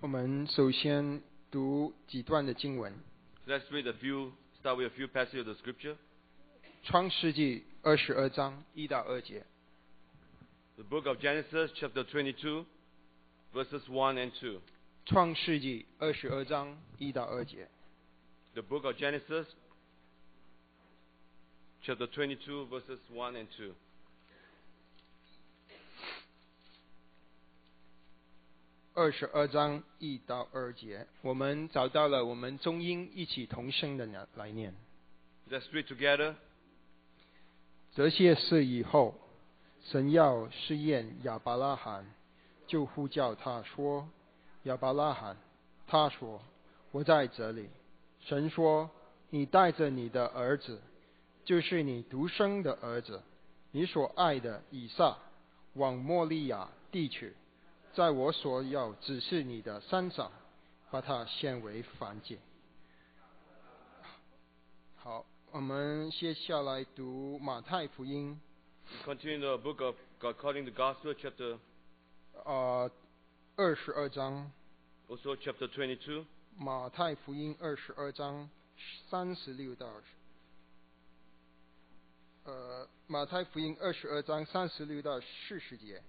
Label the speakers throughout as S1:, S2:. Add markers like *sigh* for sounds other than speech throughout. S1: 我们首先读几段的经文，《
S2: Let's read a few, start with a few passages of the scripture.
S1: 创世纪》二十二章一到二节，
S2: The book of Genesis, chapter 22, verses 1 and 2.
S1: 《创世纪》二十二章一到二节，
S2: The book of Genesis, chapter 22, verses 1 and 2.
S1: 二十二章一到二节。我们找到了我们中英一起同声的来来念。
S2: Let's read together.
S1: 这些事以后，神要试验亚伯拉罕，就呼叫他说：“亚伯拉罕。”他说：“我在这里。”神说：“你带着你的儿子，就是你独生的儿子，你所爱的以撒，往莫利亚地去，在我所要指示你的山上，把它献为燔祭。”好，我们接下来读马太福音，
S2: We continue the book of according to Gospel, chapter
S1: 呃，二十二章，
S2: also chapter 22,
S1: 马太福音二十二章三十六到，呃，马太福音二十二章三十六到四十节，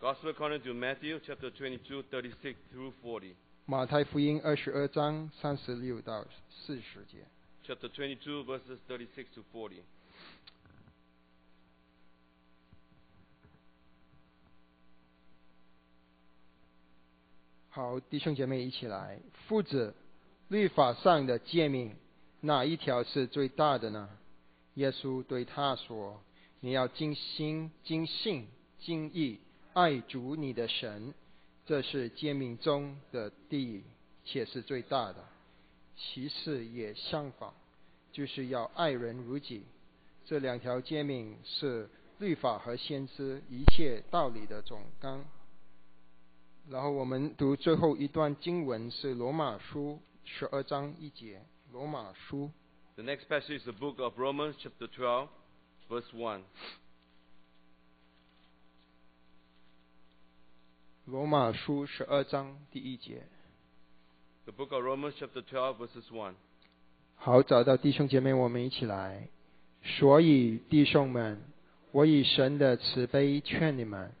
S2: Gospel according to Matthew, chapter 22, 36 through 40.
S1: 马太福音二十二章三十六到四十节。
S2: Chapter 22, verses 36 to 40.
S1: Hallelujah. 好，弟兄姐妹一起来。夫子，律法上的诫命哪一条是最大的呢？耶稣对他说：“你要尽心、尽性、尽意爱主你的神，这是诫命中的第一，且是最大的。其次也相仿，就是要爱人如己。这两条诫命是律法和先知一切道理的总纲。”然后我们读最后一段经文是罗马书十二章一节，罗马书
S2: The next passage is the book of Romans, chapter 12, verse 1.
S1: 罗马书十二章第一节。
S2: The book of Romans, chapter 12, verses 1.
S1: 好，找到弟兄姐妹，我们一起来。所以弟兄们，我以神的慈悲劝你们，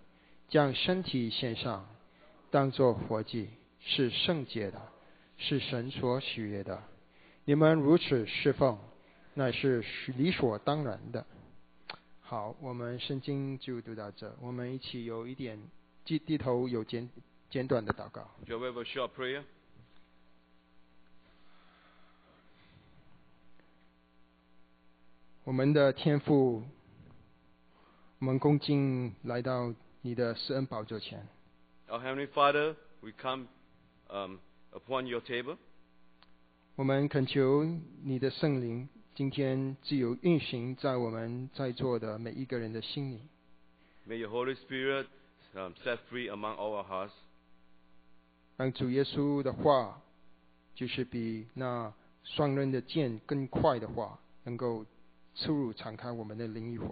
S1: 将身体献上，当作活祭，是圣洁的，是神所喜悦的。你们如此侍奉，乃是理所当然的。好，我们圣经就读到这，我们一起有一点低低头，有简简短的祷告。
S2: Shall we have a short prayer?
S1: 我们的天父，我们恭敬来到你的施恩宝座前，
S2: Our Heavenly Father, we come um, upon your table.
S1: 我们恳求你的圣灵今天自由运行在我们在座的每一个人的心里。
S2: May your Holy Spirit um, set free among all our hearts.
S1: 让主耶稣的话，就是比那双刃的剑更快的话，能够刺入、敞开我们的灵与魂。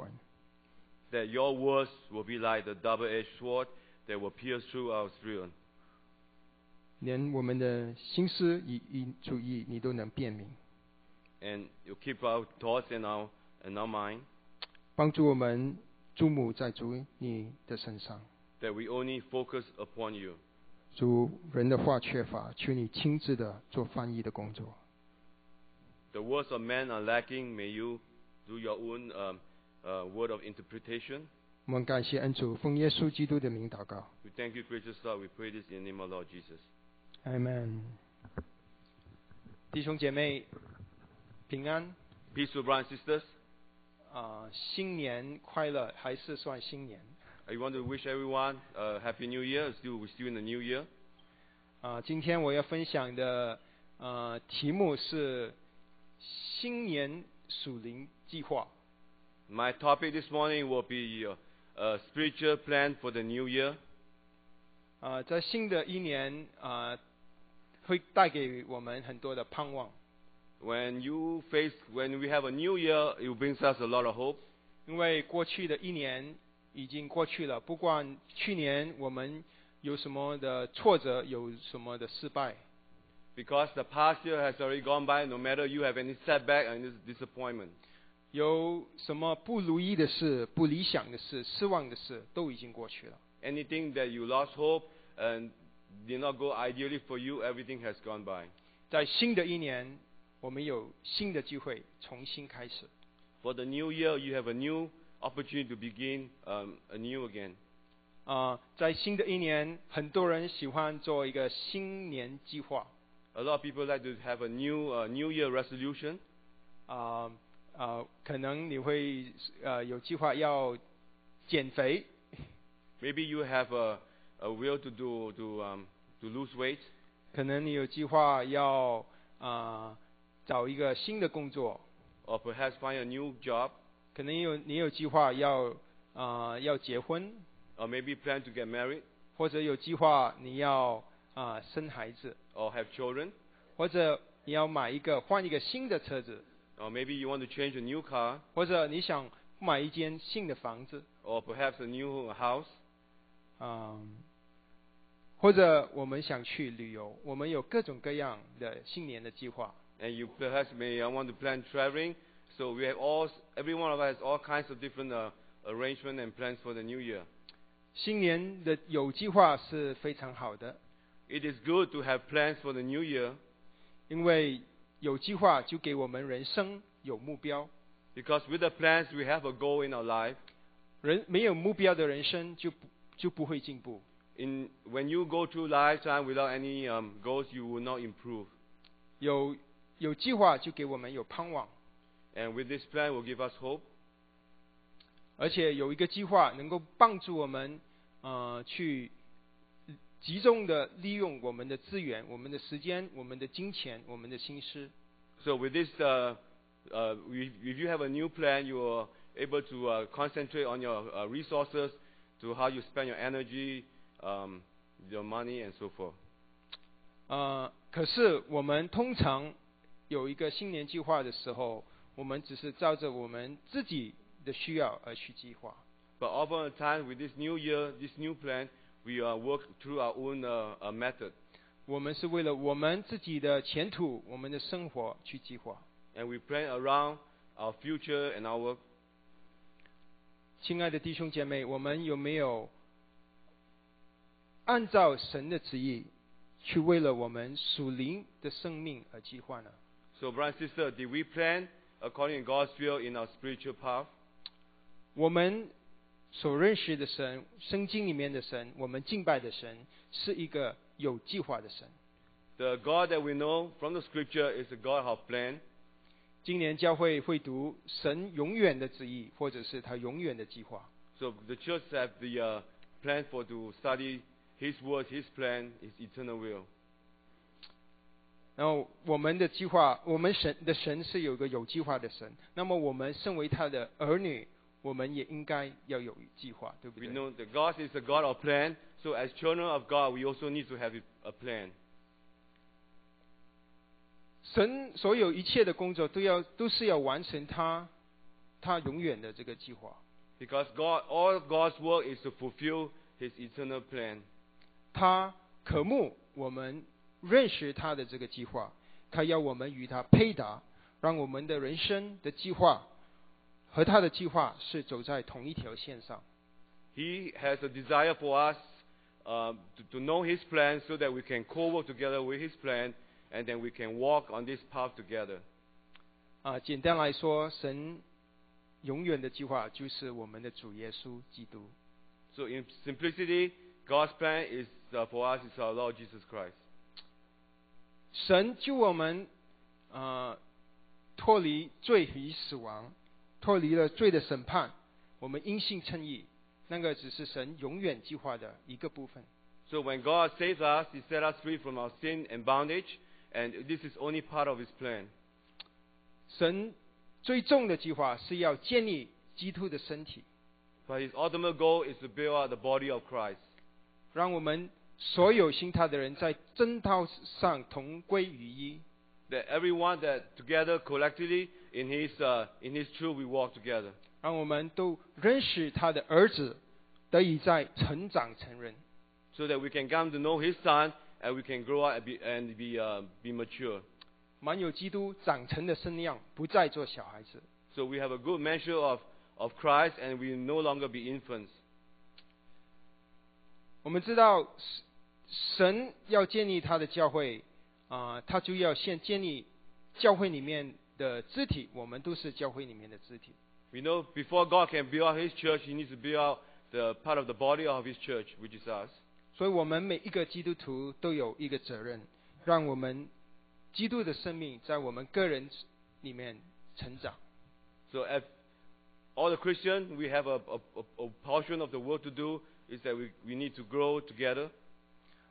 S2: That your words will be like the double-edged sword that will pierce through our spirit,
S1: 连我们的心思与与主意，你都能辨明，
S2: and you keep our thoughts in our in our mind.
S1: 帮助我们注目在主你的身上。
S2: That we only focus upon you.
S1: 主人的话缺乏，求你亲自的做翻译的工作。
S2: The words of men are lacking. May you do your own um, uh, word of interpretation.
S1: 我们感谢恩主，奉耶稣基督的名祷告
S2: We thank you, gracious Lord. We pray this in the name of Lord Jesus.
S1: ，Amen。弟兄姐妹，平安
S2: Peace to brothers and sisters.
S1: 啊、新年快乐，还是算新年
S2: I want to wish everyone a happy new year. It's Still, we're still in the new year.
S1: 啊、今天我要分享的呃题目是新年属灵计划。
S2: My topic this morning will be uh, a spiritual plan for the new year.
S1: 啊、在新的一年啊、会带给我们很多的盼望。
S2: When you face, when we have a new year, it brings us a lot of hope
S1: 因为过去的一年已经过去了，不管去年我们有什么的挫折，有什么的失败，
S2: Because the past year has already gone by, no matter you have any setback and this disappointment.
S1: 有什么不如意的事、不理想的事、失望的事，都已经过去了。
S2: Anything that you lost hope and did not go ideally for you, everything has gone by.
S1: 在新的一年，我们有新的机会重新开始。
S2: For the new year, you have a new opportunity to begin um, anew again.
S1: 啊、在新的一年，很多人喜欢做一个新年计划，
S2: A lot of people like to have a new uh, New Year resolution.
S1: 啊、啊、可能你会呃有计划要减肥，
S2: Maybe you have a, a will to do to um, to lose weight.
S1: 可能你有计划要啊、找一个新的工作，
S2: or perhaps find a new job,
S1: 可能有你有计划要啊、要结婚，
S2: or maybe plan to get married
S1: 或者有计划你要啊、生孩子，
S2: or have children,
S1: 或者你要买一个换一个新的车子，
S2: or maybe you want to change a new car
S1: 或者你想买一间新的房子，
S2: or perhaps a new house.
S1: 嗯，或者我们想去旅游，我们有各种各样的新年的计划。
S2: And you perhaps may uh, want to plan traveling. So we have all, every one of us has all kinds of different uh, arrangement and plans for the new year.
S1: 新年的有计划是非常好的，
S2: It is good to have plans for the new year
S1: 因为有计划就给我们人生有目标。
S2: because with the plans we have a goal in our life.
S1: 人没有目标的人生就不就不会进步。
S2: In, when you go through lifetime without any um, goals, you will not improve.
S1: 有有计划就给我们有盼望，
S2: And with this plan, will give us hope.
S1: 而且有一个计划能够帮助我们，呃，去集中的利用我们的资源、我们的时间、我们的金钱、我们的心思。
S2: So with this, uh, uh, if if you have a new plan, you are able to uh, concentrate on your uh, resources, to how you spend your energy, um, your money, and so forth.
S1: 呃，可是我们通常有一个新年计划的时候，我们只是照着我们自己的需要而去计划。
S2: But often times with this new year, this new plan, we uh, work through our own uh, uh, method,
S1: 我们是为了我们自己的前途、我们的生活去计划。
S2: and we plan around our future and our work.
S1: 亲爱的弟兄姐妹，我们有没有按照神的旨意，去为了我们属灵的生命而计划呢？
S2: So, brother and sister, did we plan according to God's will in our spiritual path?
S1: 我们所认识的神，圣经里面的神，我们敬拜的神，是一个有计划的神。
S2: The God that we know from the Scripture is the God of plan.
S1: 今年教会会读神永远的旨意，或者是他永远的计划。
S2: So the church have the uh, plan for to study His words, His plan, His eternal will.
S1: 然后我们的计划，我们神的神是有一个有计划的神。那么我们身为他的儿女，我们也应该要有计划，对不
S2: We
S1: 对？
S2: know that God is the God of plan. So as children of God, we also need to have a plan.
S1: 神所有一切的工作都要都是要完成他他永远的这个计划。
S2: Because God, all of God's work is to fulfill His eternal plan.
S1: 他渴慕我们认识他的这个计划，他要我们与他配搭，让我们的人生的计划和他的计划是走在同一条线上。
S2: He has a desire for us um, to, to know His plan so that we can co-work together with His plan and then we can walk on this path together.
S1: 啊，简单来说，神永远的计划就是我们的主耶稣基督。
S2: So in simplicity, God's plan is uh, for us is our Lord Jesus Christ.
S1: 神救我们，呃，脱离罪与死亡，脱离了罪的审判，我们因信称义，那个只是神永远计划的一个部分。
S2: So when God saves us, He set us free from our sin and bondage, and this is only part of His plan.
S1: 神最重的计划是要建立基督的身体，
S2: But His ultimate goal is to build out the body of Christ,
S1: 让我们所有信他的人在真道上同归于一。
S2: that everyone that together collectively in His uh, in His truth we walk together,
S1: 让我们都认识他的儿子，得以在成长成人。
S2: so that we can come to know His Son and we can grow up and be, and be, uh, be mature.
S1: 满有基督长成的身量，不再做小孩子。
S2: So we have a good measure of, of Christ and we no longer be infants.
S1: 我们知道，神神要建立他的教会啊、他就要先建立教会里面的肢体，我们都是教会里面的肢体。
S2: We know before God can build out His church, He needs to build out the part of the body of His church, which is us.
S1: 所以，我们每一个基督徒都有一个责任，让我们基督的生命在我们个人里面成长。
S2: So as all the Christians, we have a, a, a- a portion of the work to do is that we, we need to grow together.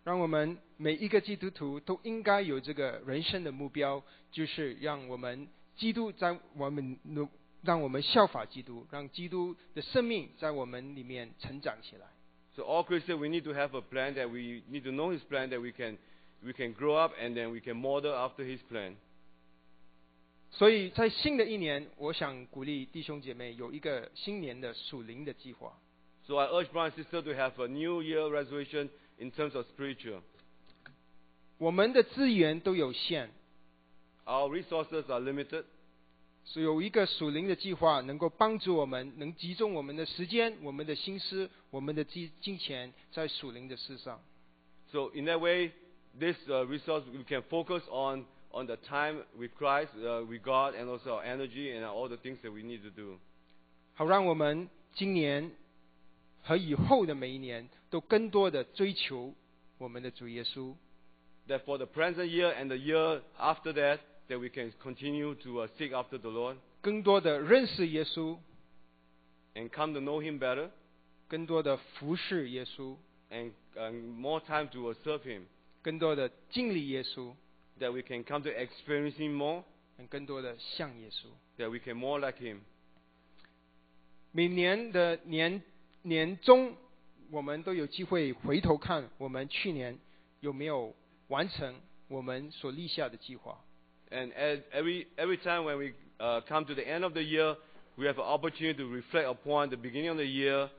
S1: 让我们每一个基督徒都应该有这个人生的目标，就是让我们基督在我们让我们效法基督，让基督的生命在我们里面成长起来。
S2: So all Christians, we need to have a plan that we need to know His plan that we can, we can grow up and then we can model after His plan.
S1: 所以在新的一年，我想鼓励弟兄姐妹有一个新年的属灵的计划。
S2: So I urge brother and sister to have a New Year resolution in terms of spiritual.
S1: 我们的资源都有限，
S2: Our resources are limited,
S1: 所以有一个属灵的计划，能够帮助我们，能集中我们的时间、我们的心思、我们的金金钱在属灵的事上。
S2: so in that way, this uh, resource we can focus on on the time with Christ, uh, with God, and also our energy and all the things that we need to do.
S1: 好让我们今年和以后的每一年都更多的追求我们的主耶稣，
S2: that for the present year and the year after that, that we can continue to uh, seek after the Lord
S1: 更多的认识耶稣，
S2: and come to know Him better
S1: 更多的服侍耶稣，
S2: and, and more time to uh, serve Him,
S1: 更多的经历耶稣，
S2: that we can come to experience Him more,
S1: 更多的像耶稣。
S2: that we can more like Him.
S1: 每年的年年终，我们都有机会回头看我们去年有没有完成我们所立下的计划。
S2: And at every, every time when we uh, come to the end of the year, we have an opportunity to reflect upon the beginning of the year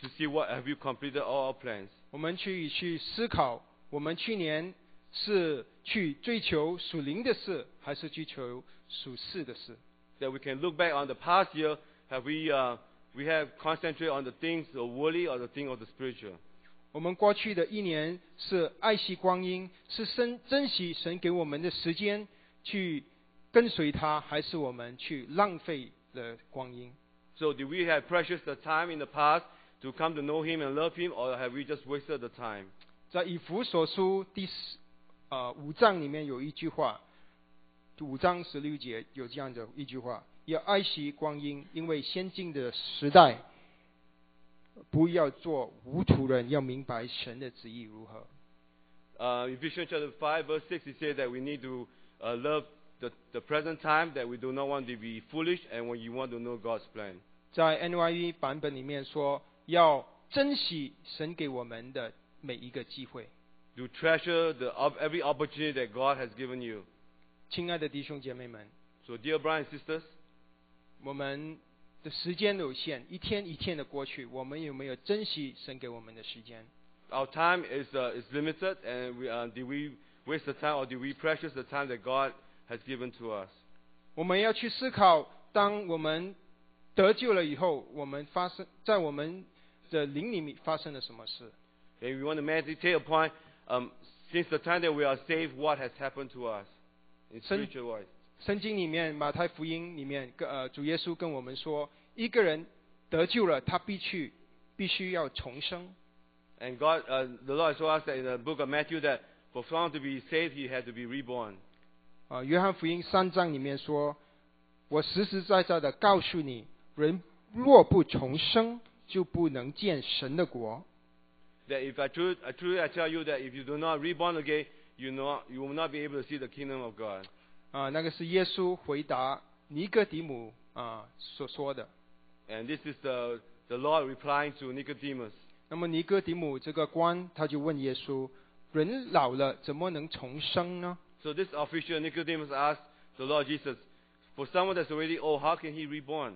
S2: to see what have you completed all our plans.
S1: 我们去去思考，我们去年是去追求属灵的事，还是追求属世的事？
S2: That we can look back on the past year, have we, uh, we have concentrated on the things of worldly or the thing of the spiritual.
S1: 我们过去的一年是爱惜光阴，是珍珍惜神给我们的时间去跟随他，还是我们去浪费了光阴？
S2: So did we have precious the time in the past to come to know Him and love Him, or have we just wasted the time?
S1: 在以弗所书第十呃五章里面有一句话，五章十六节有这样的一句话：要爱惜光阴，因为先进的时代，不要做无土人，要明白神的旨意如何。
S2: Uh, Ephesians chapter 5, verse 6, it says that we need to uh, love the, the present time, that we do not want to be foolish, and when you want to know God's plan.
S1: 在 NYE 版本里面说，要珍惜神给我们的每一个机会。
S2: To treasure the, op- every opportunity that God has given you.
S1: 亲爱的弟兄姐妹们，
S2: So, dear brothers and sisters,
S1: 我们的时间有限，一天一天的过去，我们有没有珍惜神给我们的时间？
S2: our time is, uh, is limited, and we, uh, did we waste the time, or did we precious the time that God has given to us?
S1: 我们要去思考，当我们得救了以后，我们发生在我们的灵里面发生了什么事？
S2: And we want to meditate upon um, since the time that we are saved, what has happened to us in
S1: Sin-
S2: spiritual wise.
S1: 圣经里面，马太福音里面，跟呃，主耶稣跟我们说，一个人得救了，他必去，必须要重生。
S2: And God, uh, the Lord told us that in the book of Matthew that for someone to be saved, he had to be reborn.
S1: 啊、约翰福音三章里面说：“我实实在在的告诉你，人若不重生，就不能见神的国。
S2: That if I truly, I truly I tell you that if you do not reborn again, you know you will not be able to see the kingdom of God. ”
S1: 啊，那个是耶稣回答尼哥底母啊、所说的。
S2: And this is the the Lord replying to Nicodemus.
S1: 那么尼哥底母这个官，他就问耶稣：“人老了怎么能重生呢
S2: So this official Nicodemus asked the Lord Jesus, for someone that's already old, how can he reborn?？”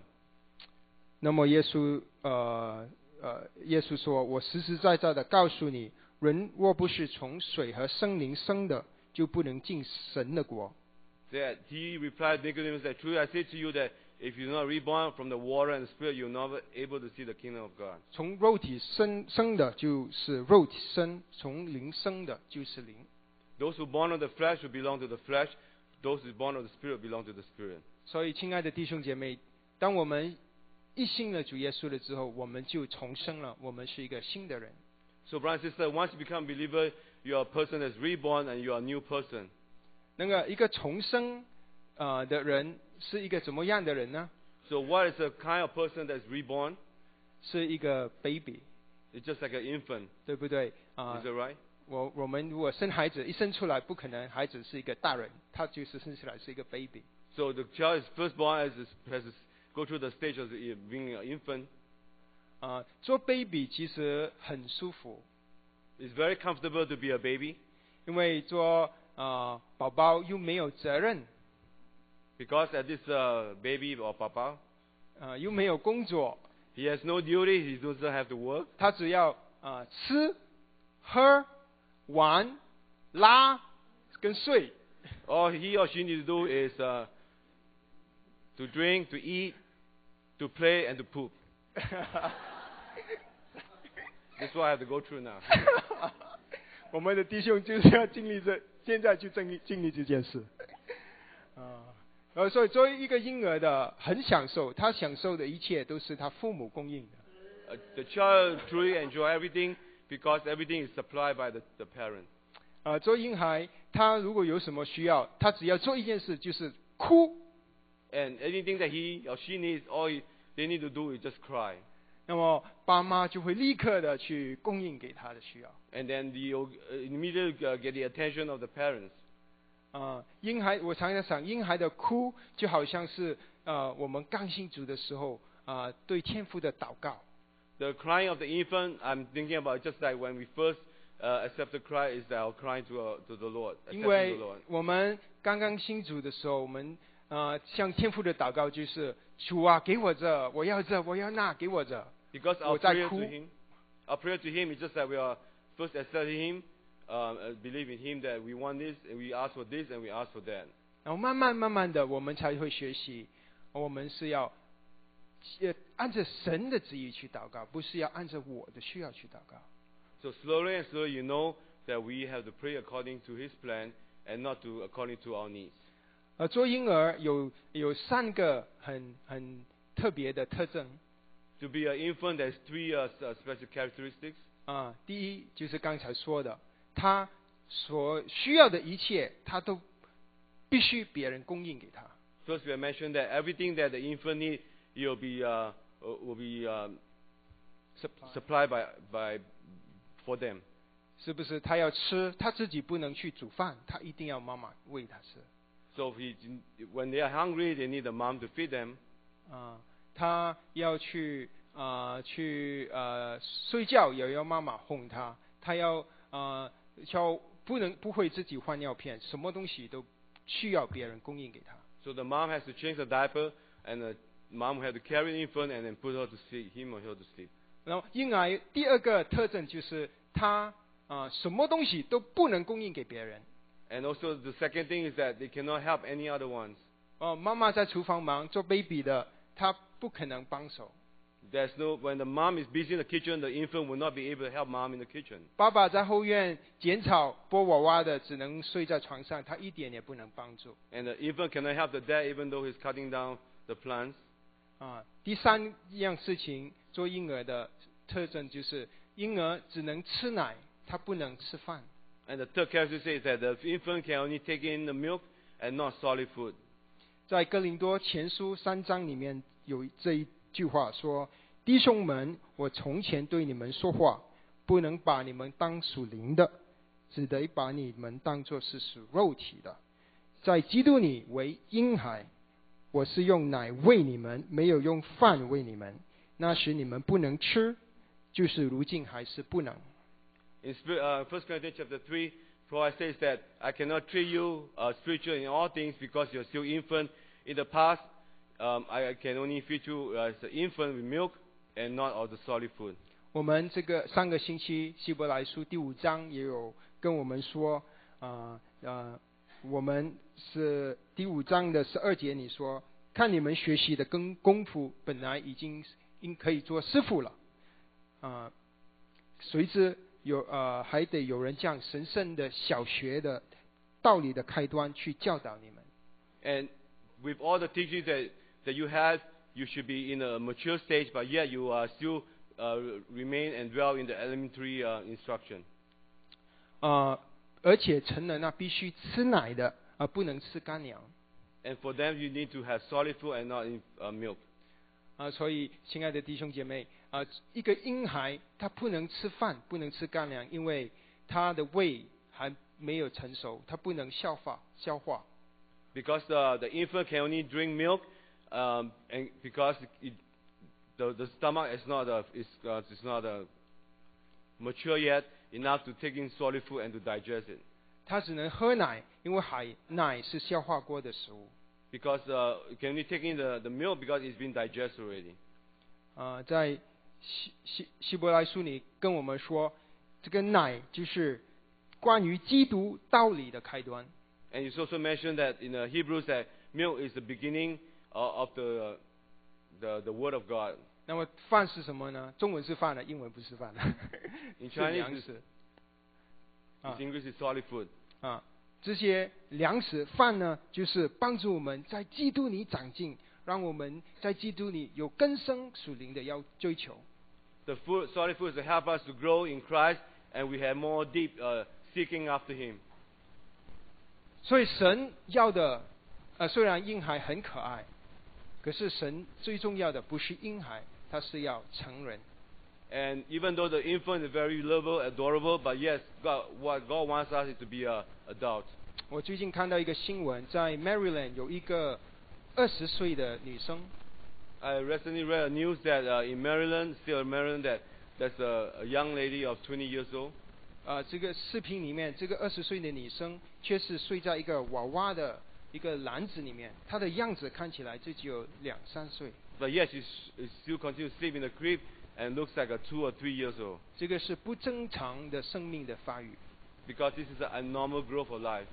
S1: 那么耶稣呃呃，耶稣说：“我实实在在的告诉你，人若不是从水和圣灵生的，就不能进神的国。
S2: That he replied Nicodemus that truly I say to you that if you're not reborn from the water and the spirit, you're not able to see the kingdom of God.
S1: 从肉体生生的就是肉体生，从灵生的就是灵。
S2: Those who are born of the flesh will belong to the flesh. Those who are born of the spirit belong to the spirit.
S1: 所以，亲爱的弟兄姐妹，当我们一信了主耶稣了之后，我们就重生了，我们是一个新的人。
S2: So, brother and sister, once you become a believer, you are a person that's reborn and you are a new person.
S1: 那个一个重生呃的人是一个怎么样的人呢？
S2: So, what is the kind of person that's reborn?
S1: 是一个 baby，
S2: It's just like an infant.
S1: 对不对？啊、
S2: Is that right?
S1: 我我们如果生孩子，一生出来不可能孩子是一个大人，他就是生出来是一个 baby。
S2: So the child is first born as is, has is, go through the stage of the- being an infant.
S1: 啊、做 baby 其实很舒服，
S2: It's very comfortable to be a baby
S1: 因为做啊、呃宝宝又没有责任，
S2: because at this uh, baby or papa,
S1: 呃又没有工作，
S2: he has no duty. He doesn't have to work.
S1: 他只要啊、呃吃、喝、玩、拉跟睡，
S2: All he or she needs to do is uh, to drink, to eat, to play, and to poop. That's what I have to go through now.
S1: *laughs* 我们的弟兄就是要经历这，现在去经历经历这件事。啊，呃，所以作为一个婴儿的，很享受，他享受的一切都是他父母供应的。
S2: Uh, the child truly enjoy everything because everything is supplied by the, the parent.
S1: 啊，作为婴孩，他如果有什么需要，他只要做一件事，就是哭。
S2: And anything that he or she needs, all he- they need to do is just cry.
S1: 那么爸妈就会立刻的去供应给他的需要。
S2: And then the uh, immediately uh, get the attention of the parents.
S1: 啊、婴孩，我常常想，婴孩的哭就好像是呃，我们刚信主的时候啊、对天父的祷告。
S2: The crying of the infant, I'm thinking about just like when we first uh, accept the cry, is our crying to, uh, to the Lord,
S1: 因
S2: accepting
S1: 为
S2: the Lord.
S1: 我们刚刚信主的时候，我们呃向天父的祷告就是：主啊，给我这，我要这，我要那，给我这。
S2: Because our
S1: 我在
S2: prayer to
S1: 哭。
S2: Him, our prayer to Him is just that we are first accepting Him, um, uh, believe in Him that we want this, and we ask for this, and we ask for that.
S1: 然后慢慢慢慢的，我们才会学习，我们是要呃按着神的旨意去祷告，不是要按着我的需要去祷告。
S2: So slowly and slowly, you know that we have to pray according to His plan and not to according to our needs.
S1: 呃，做婴儿有有三个很很特别的特征
S2: To be an infant, there's three uh, s- uh, special characteristics.
S1: 啊、第一就是刚才说的，他所需要的一切，他都必须别人供应给他。
S2: First, we have mentioned that everything that the infant needs will be uh, uh, will be um, supplied by by for them.
S1: 是不是他要吃，他自己不能去煮饭，他一定要妈妈喂他吃
S2: So if he, when they are hungry, they need a mom to feed them.
S1: 啊、他要去啊、呃去呃睡觉也要妈妈哄他，他要呃要不能不会自己换尿片，什么东西都需要别人供应给他。
S2: So the mom has to change the diaper, and the mom has to carry the infant and then put her to sleep, him or her to sleep.
S1: 然后婴儿第二个特征就是他啊、呃什么东西都不能供应给别人。
S2: And also the second thing is that they cannot help any other ones.
S1: 哦，妈妈在厨房忙，做 baby 的他不可能帮手。
S2: There's no when the mom is busy in the kitchen, the infant will not be able to help mom in the kitchen.
S1: 爸爸在后院剪草、剥娃娃的，只能睡在床上，他一点也不能帮助
S2: And the infant cannot help the dad even though he's cutting down the plants.
S1: 啊。第三样事情，做婴儿的特征就是婴儿只能吃奶，他不能吃饭
S2: And the third characteristic is that the infant can only take in the milk and not solid food.
S1: 在哥林多前书三章里面有这一句话说：“弟兄们，我从前对你们说话，不能把你们当属灵的，只得把你们当作是属肉体的，在基督里为婴孩。我是用奶喂你们，没有用饭喂你们。那时你们不能吃，就是如今还是不能。
S2: In Spir- uh, 1 Corinthians chapter 3, Paul says that I cannot treat you uh, spiritual in all things because you're still infant. In the past, um, I I can only feed you uh, as an infant with milk and not all the solid food.
S1: 我们这个上个星期希伯来书第五章也有跟我们说，啊、呃、呃，我们是第五章的十二节，你说看你们学习的跟功夫，本来已经应可以做师傅了，啊、谁知有呃还得有人将神圣的小学的道理的开端去教导你们。
S2: And with all the teachings that, that you have, you should be in a mature stage, but yet you are still uh, remain and dwell in the elementary uh, instruction.
S1: 啊，而且成人呢、必须吃奶的，而不能吃干粮。
S2: And for them, you need to have solid food and not in, uh, milk.
S1: 啊、所以亲爱的弟兄姐妹啊、一个婴孩他不能吃饭，不能吃干粮，因为他的胃还没有成熟，他不能消化消化。
S2: Because uh, the, the infant can only drink milk, um, and because it, the, the stomach is not, uh is, uh, is not uh mature yet enough to take in solid food and to digest it.
S1: 他只能喝奶，因为海奶是消化过的食物。
S2: Because uh, it can only take in the, the milk because it's been digested already.
S1: 啊，在希希希伯来书里跟我们说，这个奶就是关于基督道理的开端。
S2: And it's also mentioned that in uh, Hebrews that milk is the beginning uh, of the, the, the Word of God.
S1: 那么饭是什么呢？中文是饭的，啊英文不是饭的， *laughs*
S2: In
S1: 是
S2: Chinese,
S1: 粮
S2: it's,
S1: 食 Ah.
S2: it's English is solid food.
S1: 啊。这些粮食饭呢，就是帮助我们在基督里长进，让我们在基督里有根生属灵的要追求。
S2: The food, solid food is to help us to grow in Christ and we have more deep uh, seeking after Him.
S1: 所以神要的，呃，虽然婴孩很可爱，可是神最重要的不是婴孩，他是要成人。
S2: And even though the infant is very lovable, adorable, but yes, God, what God wants us is to be uh, a adult.
S1: 我最近看到一个新闻，在 Maryland 有一个二十岁的女生，
S2: I recently read a news that uh, in Maryland, still in Maryland, that there's a, a young lady of 20 years old,
S1: 呃，这个视频里面，这个二十岁的女生却是睡在一个娃娃的一个篮子里面，她的样子看起来就只有两三岁。
S2: but yes, she, s- she still continues to sleep in the crib and looks like a two or three years old
S1: 这个是不正常的生命的发育。
S2: because this is an abnormal growth of life.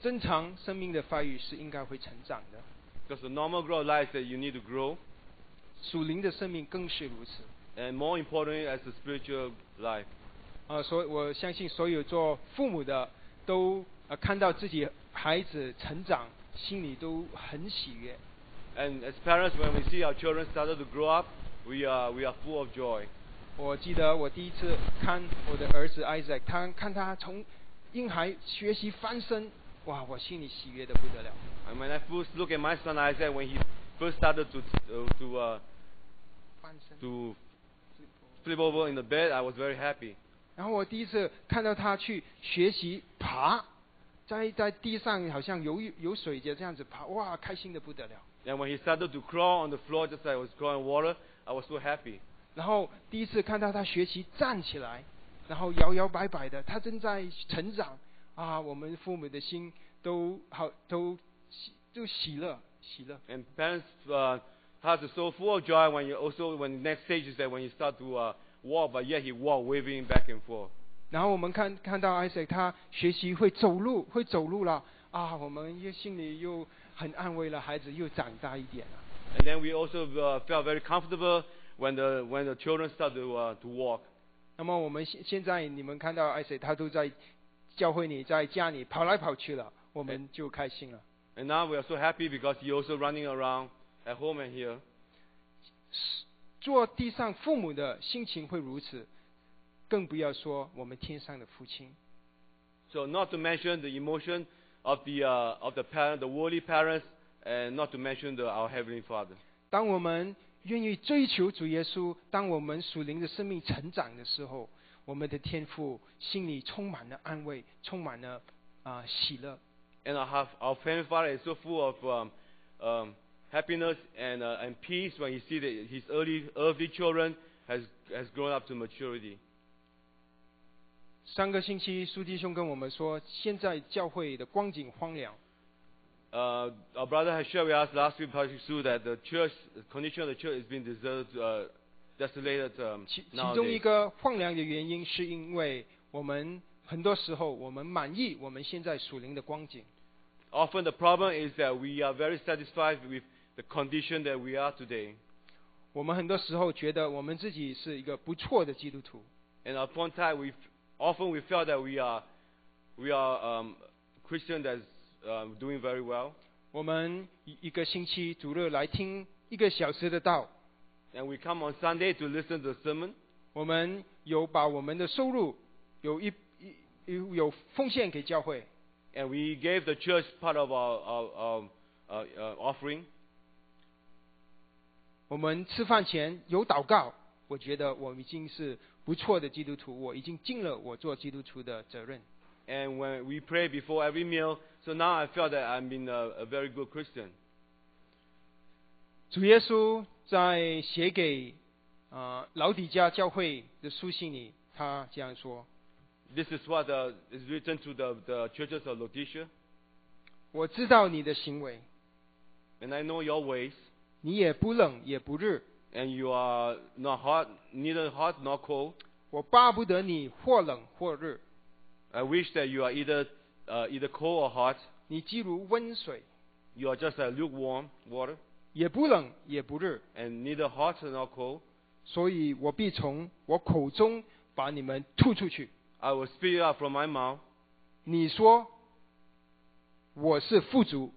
S1: 正常生命的发育是应该会成长的，
S2: Because the normal growth of life is that you need to grow,
S1: 属灵的生命更是如此。
S2: and more importantly, as a spiritual life.
S1: 啊、所以我相信所有做父母的都呃看到自己孩子成长，心里都很喜悦。
S2: And as parents, when we see our children started to grow up, we are, we are full of joy.
S1: 我记得我第一次看我的儿子 Isaac，他看他从婴孩学习翻身，哇，我心里喜悦的不得了。
S2: And when I first look at my son Isaac, when he first started to uh, to uh,
S1: 翻身。
S2: to flip over in the bed, I was very happy.
S1: 然后我第一次看到他去学习爬，在在地上好像游游水节这样子爬，哇，开心的不得了。
S2: And when he started to crawl on the floor, just like I was crawling in water, I was so happy.
S1: 然后第一次看到他学习站起来，然后摇摇摆摆的，他正在成长啊！我们父母的心都好都喜都喜乐喜乐。
S2: And parents' uh, hearts are so full of joy when you also when the next stage is that when you start to uh, walk, but yet he walked waving back and forth.
S1: 然后我们看看到 Isaac 他学习会走路，会走路了啊！我们又心里又很安慰了，孩子又长大一点了。
S2: And then we also uh, felt very comfortable when the when the children start to uh, to walk.
S1: 那么我们现现在你们看到 Isaac 他都在教会里，在家里跑来跑去了，我们就开心了。
S2: And now we are so happy because he also running around at home and here.
S1: 做地上父母的心情会如此，更不要说我们天上的父亲。
S2: So not to mention the emotion of the uh, of the parent, the worldly parents, and not to mention the, our heavenly Father.
S1: 当我们愿意追求主耶稣，当我们属灵的生命成长的时候，我们的天父心里充满了安慰，充满了啊、喜乐。
S2: And our have, our heavenly Father is so full of um, um, happiness and uh, and peace when he see that his early earthly children has has grown up to maturity.
S1: 上个星期，苏弟兄跟我们说，现在教会的光景荒凉，
S2: Uh, our brother has shared with us last week, Pastor Sue, that the church the condition of the church has been deserted, uh, desolated um,
S1: 其其中一
S2: nowadays.
S1: 个荒凉的原因，是因为我们很多时候我们满意我们现在属灵的光景，
S2: Often the problem is that we are very satisfied with the condition that we are today.
S1: 我们很多时候觉得我们自己是一个不错的基督徒，
S2: And upon time, we often we felt that we are we are um, Christian that's um, doing very well,
S1: 我们一一个星期主日来听一个小时的道，
S2: and we come on Sunday to listen to the sermon,
S1: 我们有把我们的收入有一一有有奉献给教会，
S2: and we gave the church part of our, our, our uh, uh, offering,
S1: 我们吃饭前有祷告，我觉得我已经是不错的基督徒，我已经尽了我做基督徒的责任。
S2: and when we pray before every meal. So now I felt that I've been a, a very good Christian.
S1: 主耶稣在写给啊、呃老底家教会的书信里，他这样说
S2: This is what uh, is written to the, the churches of Laodicea,：“
S1: 我知道你的行为，
S2: and I know your ways,
S1: 你也不冷也不热，
S2: and you are not hot, neither hot nor cold.
S1: 我巴不得你或冷或热，
S2: I wish that you are either uh, either cold or hot.
S1: 你既如温水，
S2: You are just like lukewarm water,
S1: 也不冷也不热，
S2: and neither hot nor cold.
S1: 所以我必从我口中把你们吐出去。
S2: I will spit it out from my mouth.
S1: 你说我是富足，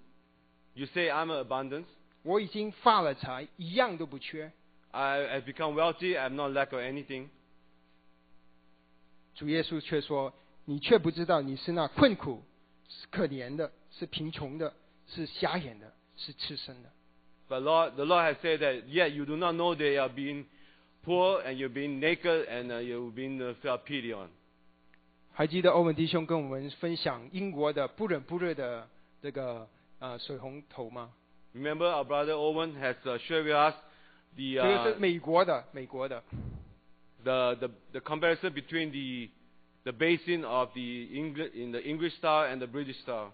S2: You say I'm an abundance.
S1: 我已经发了财，一样都不缺。
S2: I have become wealthy. I have not lack of anything.
S1: 主耶稣却说：“你却不知道你是那困苦、是可怜的、是贫穷的、是瞎眼的、是赤身的。
S2: But Lord, the Lord has said that yet you do not know that you are being poor and you're being naked and uh, you're being uh, felt pity on. ”
S1: 还记得欧文弟兄跟我们分享英国的不冷不热的这个呃水红头吗？
S2: Remember, our brother Owen has uh, shared with us the
S1: 这
S2: uh,
S1: 个是美国的，美国的。
S2: the, the, the comparison between the, the basin of the Engli- in the English style and the British style.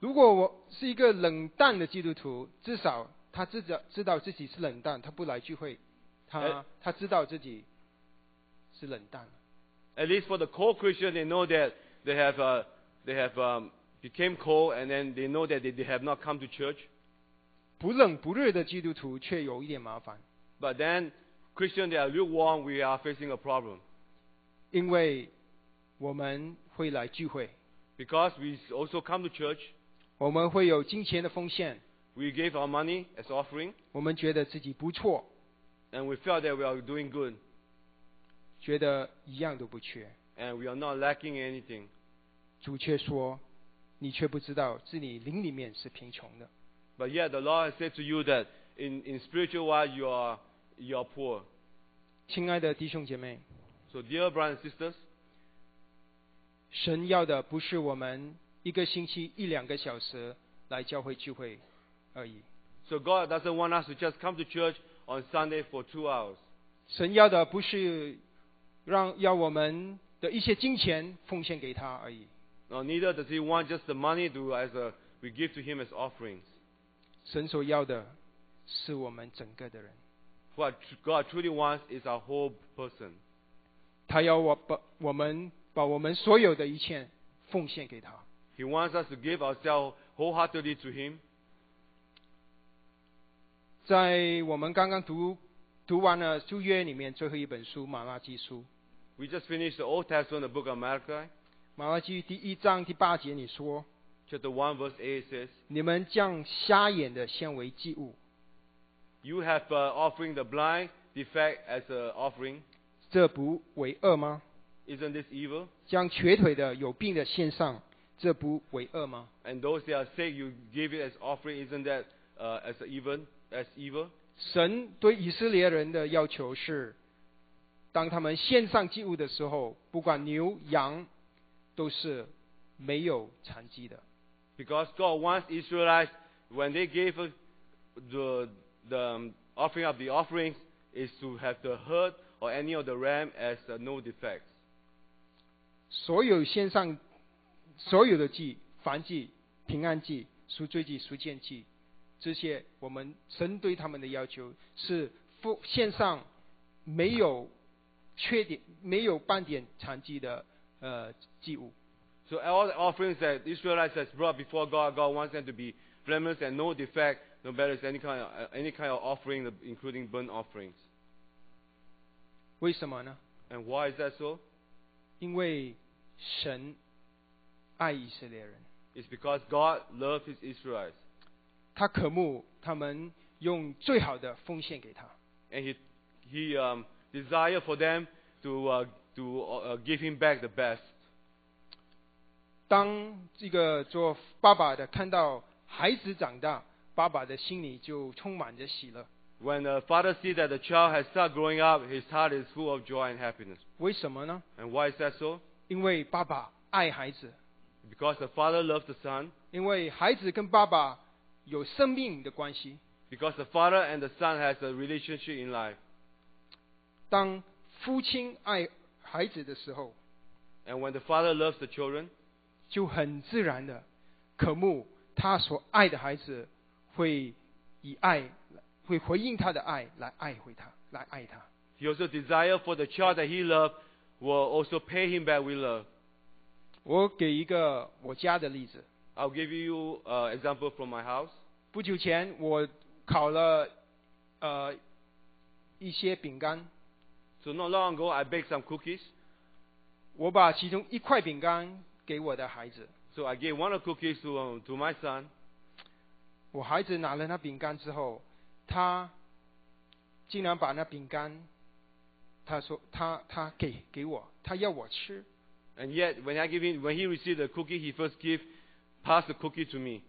S1: 如果我是一个冷淡的基督徒，至少他知道知道自己是冷淡，他不来聚会，他
S2: 哎
S1: 他知道自己是冷淡。
S2: At least for the cold Christian, they know that they have, uh, they have um, became cold and then they know that they, they have not come to church.
S1: 不冷不热的基督徒却有一点麻烦，
S2: But then, Christian, they are lukewarm, we are facing a problem.
S1: 因为我们会来聚会，
S2: Because we also come to church,
S1: 我们会有金钱的风险，
S2: we gave our money as offering,
S1: 我们觉得自己不错，
S2: and we felt that we are doing good,
S1: 觉得一样都不缺。
S2: and we are not lacking anything.
S1: 主却说：“你却不知道，自己灵里面是贫穷的。
S2: But yet the Lord has said to you that in, in spiritual wise you are, you are poor. ”
S1: 亲爱的弟兄姐妹，
S2: So dear brothers and sisters,
S1: 神要的不是我们一个星期一两个小时来教会聚会而已，
S2: so God doesn't want us to just come to church on Sunday for two hours.
S1: 神要的不是让要我们的一些金钱奉献给他而已。
S2: No, neither does He want just the money to as a, we give to Him as offerings.
S1: 神所要的是我们整个的人，
S2: What tr- God truly wants is our whole person.
S1: 他要我把我们把我们所有的一切奉献给他。
S2: He wants us to give ourselves wholeheartedly to Him.
S1: 在我们刚刚读读完了旧约里面最后一本书《马拉基书》，《
S2: We just finished the Old Testament, the book of Malachi,
S1: 马拉基》第一章第八节，你说
S2: chapter 1, verse 8 says,：“
S1: 你们将瞎眼的献为祭物，
S2: You have uh, offering the blind, defect as an offering.
S1: 这不为恶吗？
S2: Isn't this evil?
S1: 将瘸腿的、有病的献上，这不为恶吗？
S2: And those that are sick, you give it as offering. Isn't that uh, as a evil? As evil? ”
S1: 神对以色列人的要求是，当他们献上祭物的时候，不管牛羊都是没有残疾的。
S2: Because God wants Israelites when they gave us the the um, offering of the offerings is to have the herd or any of the ram as uh, no defects.
S1: 所有献上所有的祭、燔祭、平安祭、赎罪祭、赎愆祭，这些我们神对他们的要求是不线上没有缺点、没有半点残疾的呃祭物。
S2: So all the offerings that Israelites has brought before God, God wants them to be blameless and no defect, no matter it's any kind of uh, any kind of offering, including burnt offerings.
S1: 为什么呢？
S2: And why is that so?
S1: 因为神爱以色列人，
S2: It's because God loved His Israelites,
S1: 他渴慕他们用最好的奉献给他。
S2: and He He um, desired for them to uh, to uh, give Him back the best.
S1: 当这个做爸爸的看到孩子长大，爸爸的心里就充满着喜乐。
S2: When a father sees that the child has started growing up, his heart is full of joy and happiness.
S1: 为什么呢？
S2: And why is that so?
S1: 因为爸爸爱孩子，
S2: Because the father loves the son,
S1: 因为孩子跟爸爸有生命的关系。
S2: because the father and the son has a relationship in life.
S1: 当父亲爱孩子的时候，
S2: And when the father loves the children,
S1: 就很自然的渴慕他所爱的孩子会以爱会回应他的爱来爱回他，来爱他。
S2: he also desires for the child that he loved will also pay him back with love.
S1: 我给一个我家的例子，
S2: I'll give you an uh, example from my house.
S1: 不久前我烤了呃一些饼干，
S2: So not long ago, I baked some cookies.
S1: 我把其中一块饼干给我的孩子，
S2: So I gave one of the cookies to, um, to my son.
S1: 我孩子拿了那饼干之后，他竟然把那饼干，他说他他给给我，他要我吃，
S2: And yet, when I give him, when he received the cookie, he first gave, passed the cookie to me.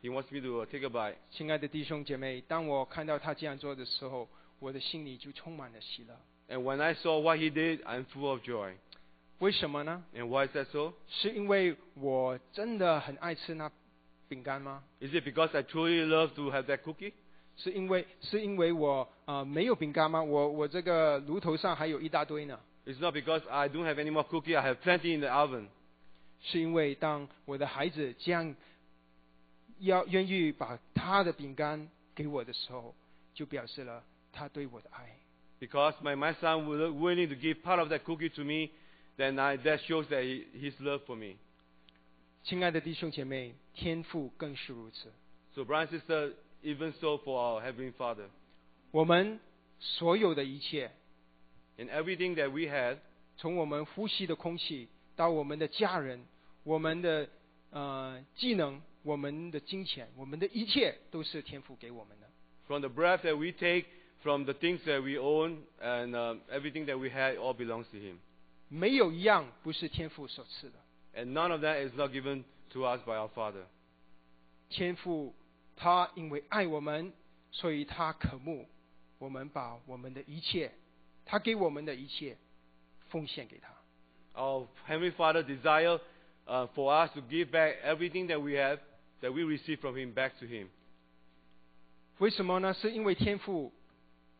S2: He wants me to uh, take a bite.
S1: 亲爱的弟兄姐妹，当我看到他这样做的时候，我的心里就充满了喜乐。
S2: And when I saw what he did, I'm full of joy.
S1: 为什么呢？
S2: And why is that so?
S1: 是因为我真的很爱吃那饼干吗？
S2: Is it because I truly love to have that cookie?
S1: 是因为是因为我呃没有饼干吗？我我这个炉头上还有一大堆呢。
S2: It's not because I don't have any more cookie. I have plenty in the oven.
S1: 是因为当我的孩子这样要愿意把他的饼干给我的时候，就表示了他对我的爱。
S2: Because my, my son was willing to give part of that cookie to me, then I, that shows that he, his love for me.
S1: 亲爱的弟兄姐妹，天赋更是如此。
S2: So, brother and sister, even so for our Heavenly Father.
S1: 我们所有的一切，
S2: In everything that we had,
S1: 从我们呼吸的空气到我们的家人、我们的呃技能、我们的金钱、我们的一切，都是天赋给我们的。
S2: from the breath that we take, from the things that we own, and um, everything that we had, all belongs to Him.
S1: 没有一样不是天赋所赐的。
S2: And none of that is not given to us by our Father.
S1: 天父他因为爱我们，所以他渴慕我们把我们的一切，他给我们的一切奉献给他。
S2: Our Heavenly Father desires uh, for us to give back everything that we have, that we receive from Him, back to Him.
S1: 为什么呢？是因为天赋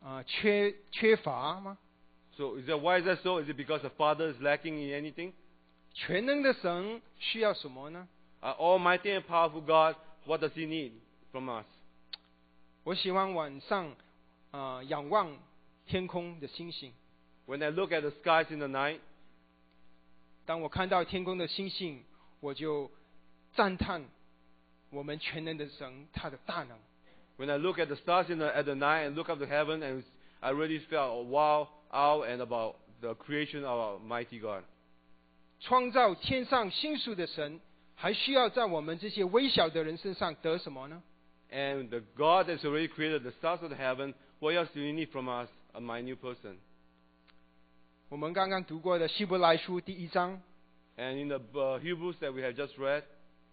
S1: 啊、呃缺缺乏吗？
S2: So is that why is that so? Is it because the Father is lacking in anything?
S1: 全能的神需要什么呢？
S2: Our Almighty and powerful God, what does He need from us?
S1: 我喜欢晚上啊、呃仰望天空的星星。
S2: When I look at the skies in the night,
S1: 当我看到天空的星星，我就赞叹我们全能的神他的大能。
S2: when I look at the stars in the, at the night and look up to heaven, and I really felt wow, wow, and about the creation of our mighty God.
S1: 创造天上星宿的神，还需要在我们这些微小的人身上得什么呢？
S2: And the God that's already created the stars of the heaven, what else do you need from us, a minute person?
S1: 我们刚刚读过的希伯来书第一章，
S2: And in the uh, Hebrews that we have just read,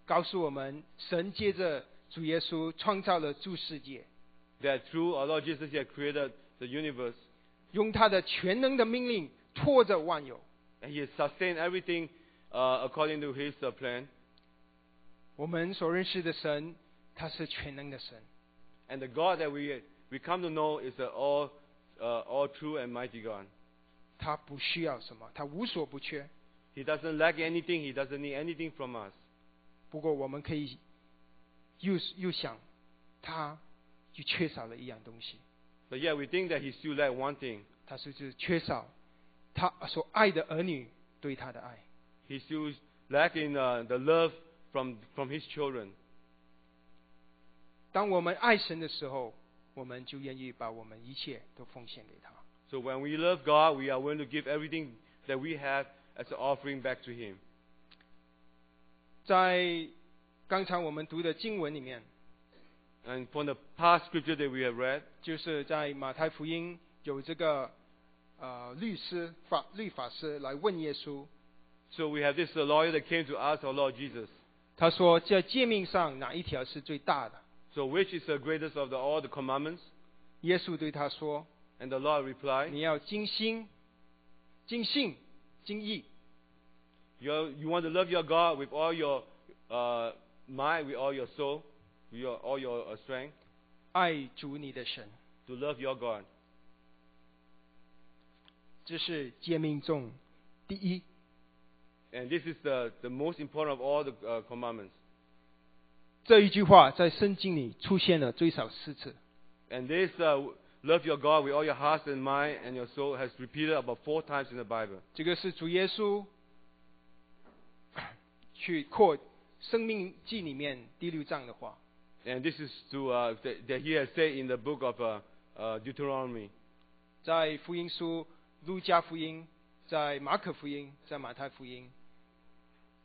S1: 告诉我们，神借着主耶稣创造了诸世界，
S2: that through our Lord Jesus, He had created the universe,
S1: 用他的全能的命令托着万有。
S2: and He has sustained everything uh, according to His uh, plan.
S1: 我们所认识的神，他是全能的神，
S2: And the God that we, we come to know is the all, uh, all true and mighty God.
S1: 他不需要什么，他无所不缺。
S2: He doesn't lack anything. He doesn't need anything from us.
S1: 不过我们可以又又想，他就缺少了一样东西，
S2: But yeah, we think that he still lacked one thing.
S1: 他是不是缺少他呃所爱的儿女对他的爱？
S2: He still lacking uh, the love from, from his children.
S1: 当我们爱神的时候，我们就愿意把我们一切都奉献给他。
S2: So when we love God, we are willing to give everything that we have as an offering back to him.
S1: 在刚才我们读的经文里面，
S2: And from the past scripture that we have read,
S1: 就是在马太福音有这个呃律师法律法师来问耶稣，
S2: so we have this uh, lawyer that came to ask our Lord Jesus.
S1: 他说在诫命上哪一条是最大的？
S2: So which is the greatest of the, all the commandments?
S1: 耶稣对他说
S2: And the Lord：“ replied,
S1: 你要精心、精信、精意，
S2: you, you want to love your God with all your uh, mind, with all your soul, with your, all your uh, strength,
S1: 爱主你的神。
S2: to love your God. ”
S1: 这是诫命中第一。
S2: And this is the, the most important of all the uh, commandments.
S1: 这一句话在圣经里出现了最少四次。
S2: And this uh, love your God with all your heart and mind and your soul has repeated about four times in the Bible.
S1: 这个是主耶稣 *coughs* 去 quote《生命记》里面第六章的话。
S2: And this is to, uh, that, that he has said in the book of uh, uh, Deuteronomy.
S1: 在福音书、路加福音、在马可福音、在马太福音，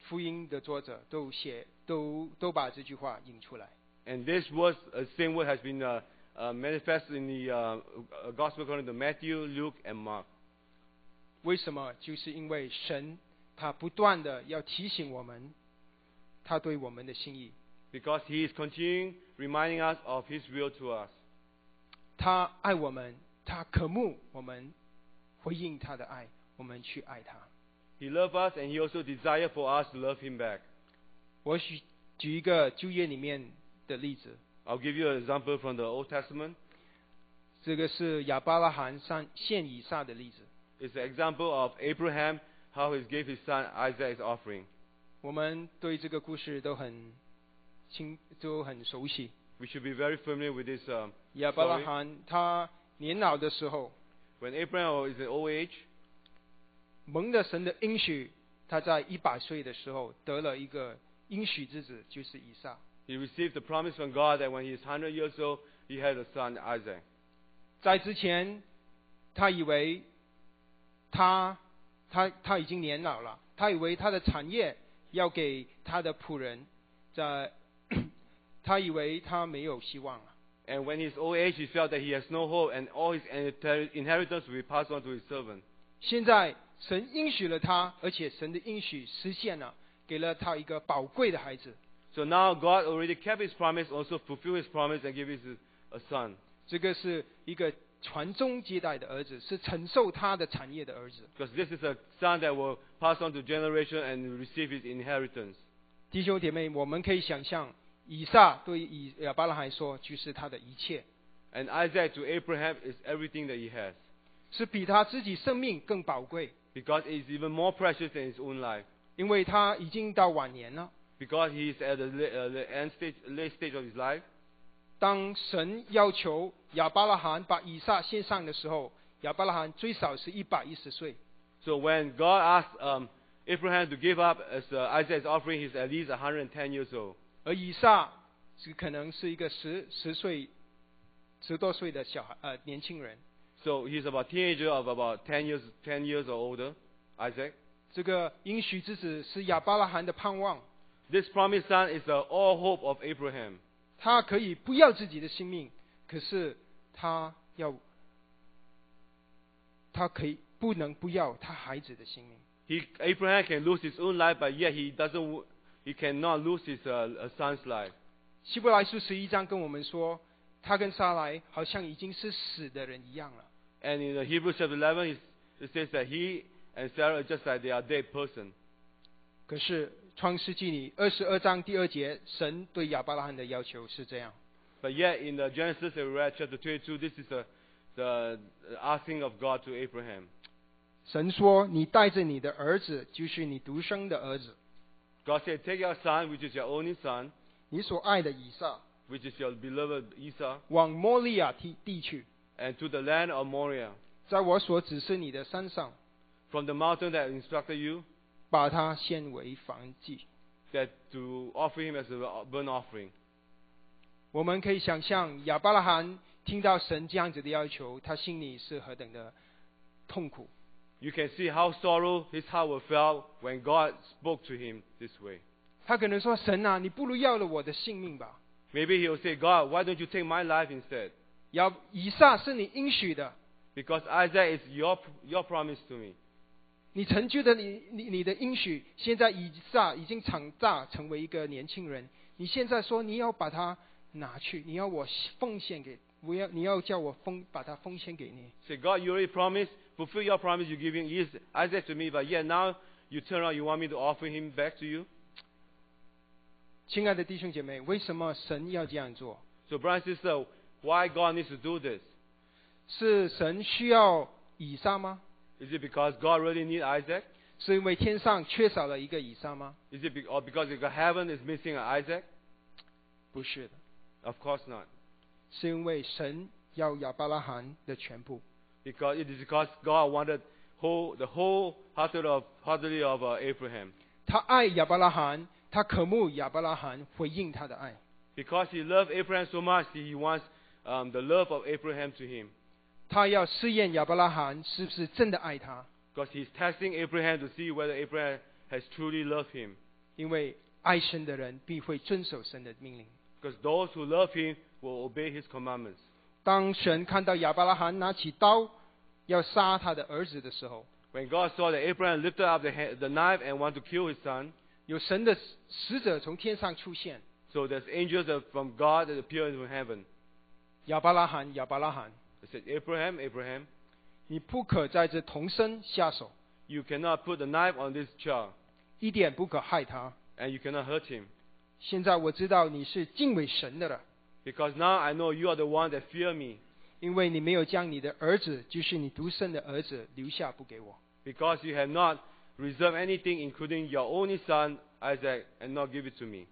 S1: 福音的作者都写都都把这句话引出来。
S2: And this was uh, same word has been uh, uh, manifested in the uh, uh, Gospel according to Matthew, Luke, and Mark.
S1: 为什么？就是因为神他不断的要提醒我们，他对我们的心意，
S2: Because he is continuing reminding us of his will to us.
S1: 他爱我们，他渴慕我们回应他的爱，我们去爱他。
S2: He loves us and he also desires for us to love him back.
S1: 我举举一个旧约里面的例子，
S2: I'll give you an example from the Old Testament.
S1: 这个是亚伯拉罕上献以撒的例子。
S2: It's the example of Abraham, how he gave his son Isaac as offering.
S1: 我们对这个故事都很清，都很熟悉。
S2: We should be very familiar with this. Um,
S1: 亚伯拉罕他年老的时候，
S2: when Abraham is in old age,
S1: 蒙了神的应许，他在一百岁的时候得了一个应许之子，就是以撒。
S2: he received the promise from God that when he is 100 years old, he had a son, Isaac.
S1: 在之前，他以为他他他已经年老了，他以为他的产业要给他的仆人，在 *coughs* 他以为他没有希望了。
S2: And when he's old age, he felt that he has no hope, and all his inherit- inheritance will be passed on to his servant.
S1: 现在神应许了他，而且神的应许实现了，给了他一个宝贵的孩子。
S2: So now God already kept his promise, also fulfilled his promise, and gave his a son.
S1: 这个是一个传宗接代的儿子，是承受他的产业的儿子。
S2: Because this is a son that will pass on to generation and receive his inheritance.
S1: 弟兄姐妹，我们可以想象，以撒对以亚伯拉罕说，就是他的一切，
S2: And Isaac to Abraham is everything that he has.
S1: 是比他自己生命更宝贵，
S2: Because it is even more precious than his own life.
S1: 因为他已经到晚年了。
S2: Because he is at the la- uh, the end stage, late stage of his life.
S1: 当神要求亚伯拉罕把以撒献上的时候，亚伯拉罕最少是一百一十岁。
S2: So when God asked um, Abraham to give up as uh, Isaac's offering, he's at least 110 years old.
S1: 而以撒是可能是一个十十岁、十多岁的小孩呃年轻人。
S2: So he's about teenager of about 10 years, 10 years or older, Isaac.
S1: 这个应许之子是亚伯拉罕的盼望，
S2: This promised son is the all hope of Abraham.
S1: 他可以不要自己的性命，可是他要，他可以不能不要他孩子的性命。
S2: He, Abraham can lose his own life, but yet he doesn't. w- He cannot lose his uh, uh, son's life.
S1: 希伯来书十一章跟我们说，他跟撒莱好像已经是死的人一样了。
S2: And in the Hebrews chapter 11, it it says that he and Sarah are just like they are dead person.
S1: 可是创世纪里二十二章第二节，神对亚伯拉罕的要求是这样。
S2: But yet in the Genesis that we read, chapter 22, this is the, the uh, asking of God to Abraham.
S1: 神说：“你带着你的儿子，就是你独生的儿子，
S2: God said, "Take your son, which is your only son,
S1: 你所爱的以撒，
S2: which is your beloved Esau,
S1: 往摩利亚地地去，
S2: and to the land of Moriah,
S1: 在我所指示你的山上，
S2: from the mountain that instructed you,
S1: 把它献为燔祭。
S2: that to offer him as a burnt offering.
S1: 我们可以想象亚伯拉罕听到神这样子的要求，他心里是何等的痛苦。
S2: You can see how sorrow his heart will felt when God spoke to him this way.
S1: 他可能说：“神啊，你不如要了我的性命吧。
S2: Maybe he will say, God, why don't you take my life instead?
S1: 要以撒是你应许的，
S2: Because Isaac is your, your promise to me.
S1: 你成就的你你你的应许，现在以撒已经长大成为一个年轻人，你现在说你要把它拿去，你要我奉献给，我要你要叫我奉把它奉献给你。
S2: Say, God, you already promised, fulfill your promise you're giving Is Isaac to me, but yet now you turn around, you want me to offer him back to you?
S1: 亲爱的弟兄姐妹，为什么神要这样做？
S2: So, brother and sister, why God needs to do this?
S1: 是神需要以撒吗？
S2: Is it because God really needs Isaac?
S1: 是因为天上缺少了一个以撒吗？
S2: Is it be- or because the heaven is missing an Isaac?
S1: 不是的，
S2: Of course not.
S1: 是因为神要亚伯拉罕的全部。
S2: Because it is because God wanted whole, the whole hearted of heartedly of uh, Abraham.
S1: 他爱亚伯拉罕，他渴慕亚伯拉罕回应他的爱。
S2: Because he loved Abraham so much, he wants um, the love of Abraham to him.
S1: 他要试验亚伯拉罕是不是真的爱他，
S2: Because he's testing Abraham to see whether Abraham has truly loved him.
S1: 因为爱神的人必会遵守神的命令。
S2: Because those who love him will obey his commandments.
S1: 当神看到亚伯拉罕拿起刀要杀他的儿子的时候，
S2: When God saw that Abraham lifted up the, ha- the knife and wanted to kill his son,
S1: 有神的使者从天上出现，
S2: so there's angels that- from God that appeared from heaven.
S1: 亚伯拉罕，亚伯拉罕，
S2: They said, Abraham, Abraham,
S1: 你不可在这童身下手，
S2: you cannot put the knife on this child,
S1: 一点不可害他。
S2: and you cannot hurt him.
S1: 现在我知道你是敬畏神的了，
S2: Because now I know you are the one that fear me.
S1: 因为你没有将你的儿子，就是你独生的儿子留下不给我。
S2: Because you have not reserved anything, including your only son, Isaac, and not give it to me.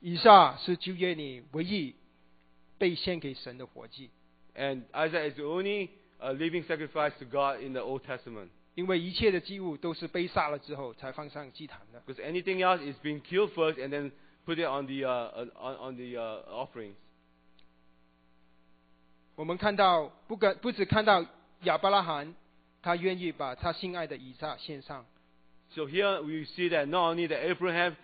S1: 以下是旧约里唯一被献给神的活祭，
S2: And Isaac is the only uh, living sacrifice to God in the Old Testament.
S1: 因为一切的祭物都是被杀了之后才放上祭坛的。
S2: Because anything else is being killed first and then put it on the, uh, on, on the uh, offerings.
S1: 我们看到，不可不只看到亚伯拉罕，他愿意把他心爱的以撒献上，
S2: So here we see that not only that Abraham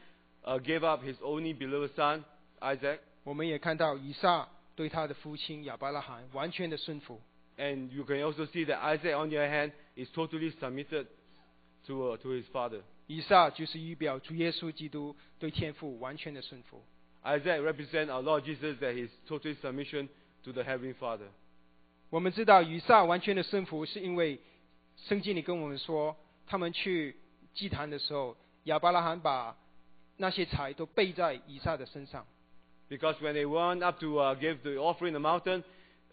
S2: uh, gave up his only beloved son, Isaac,
S1: 我们也看到以撒对他的父亲亚伯拉罕完全的顺服。
S2: and you can also see that Isaac, on the other hand, is totally submitted to, uh, to his father.
S1: 以撒就是预表主耶稣基督对天父完全的顺服。
S2: Isaac represents our Lord Jesus that his total submission to the Heavenly Father.
S1: 我们知道以撒完全的顺服，是因为圣经里跟我们说，他们去祭坛的时候，亚伯拉罕把那些财都背在以撒的身上。
S2: Because when they went up to uh, give the offering in the mountain,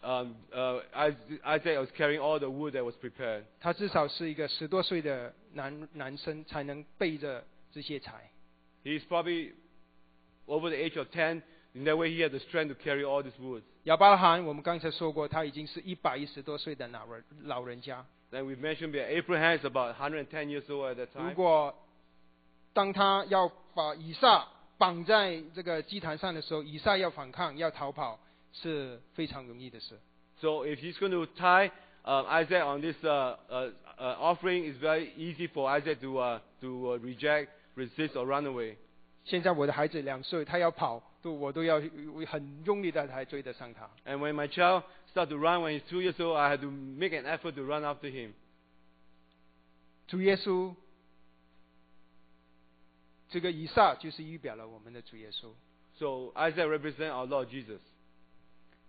S2: um, uh, Is- Isaac was carrying all the wood that was prepared.
S1: 他至少是一个十多岁的男男生才能背着这些财。
S2: He's probably over the age of 10. In that way, he had the strength to carry all this wood.
S1: 亚伯拉罕，我们刚才说过，他已经是一百一十多岁的老人老人家。
S2: Then we've mentioned that Abraham is about 110 years old at that
S1: 如
S2: time.
S1: 果当他要把以撒绑在这个祭坛上的时候，以撒要反抗要逃跑是非常容易的事。
S2: So if he's going to tie um, Isaac on this uh, uh, uh, offering, it's very easy for Isaac to, uh, to uh, reject, resist, or run away.
S1: 现在我的孩子两岁，他要跑，都我都要我很用力的才追得上他。
S2: And when my child started to run when he's two years old, I had to make an effort to run after him.
S1: 主耶稣，这个以撒就是预表了我们的主耶稣。
S2: So Isaac represents our Lord Jesus.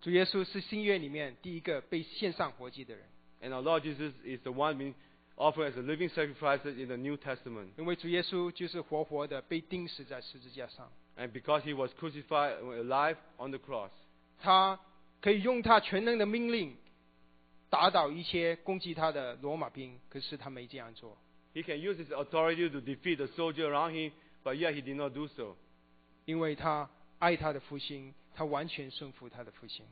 S1: 主耶稣是新约里面第一个被献上活祭的人，
S2: And our Lord Jesus is the one being offered as a living sacrifice in the New Testament.
S1: 因为主耶稣就是活活的被钉死在十字架上，
S2: And because he was crucified alive on the cross,
S1: 他可以用他全能的命令打倒一切攻击他的罗马兵，可是他没这样做。
S2: he can use his authority to defeat the soldier around him, but yet he did not do so.
S1: 因为他爱他的父亲，他完全顺服他的父亲。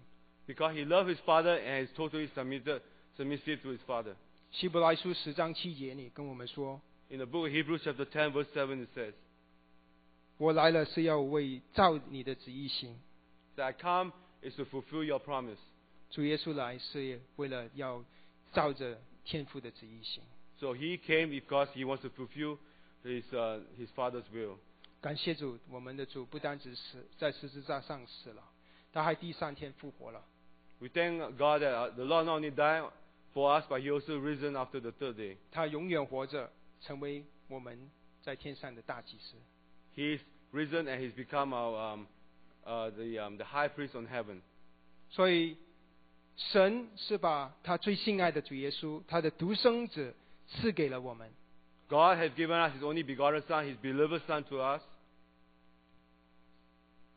S2: because he loved his father and is totally submitted, submissive to his father.
S1: 希伯来书十章七节里跟我们说
S2: In the book of Hebrews chapter 10 verse 7 it says,：“
S1: 我来了是要为照你的旨意行。
S2: that I come is to fulfill your promise. ”
S1: 主耶稣来是为了要照着天父的旨意行。
S2: So he came because he wants to fulfill his, uh, his father's will.
S1: 感谢主，我们的主不单只死在十字架上死了，他还第三天复活了。
S2: We thank God that uh, the Lord not only died for us, but he also risen after the third day.
S1: 他永远活着，成为我们在天上的大祭司。
S2: He's risen and he's become our, um, uh, the, um, the high priest on heaven.
S1: 所以，神是把他最信爱的主耶稣，他的独生子赐给了我们。
S2: God has given us his only begotten son, his beloved son to us.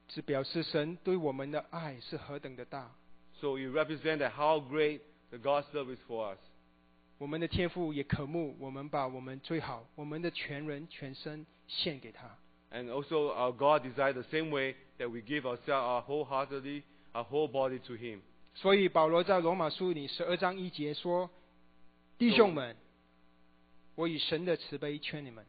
S1: 只表示神对我们的爱是何等的大。
S2: So we represent that how great the God love is for us.
S1: 我们的天父也渴慕我们把我们最好、我们的全人全身献给他。
S2: And also our God desires the same way that we give ourselves, our wholeheartedly, our whole body to him.
S1: 所以保罗在罗马书里十二章一节说：“弟兄们，我以神的慈悲劝你们，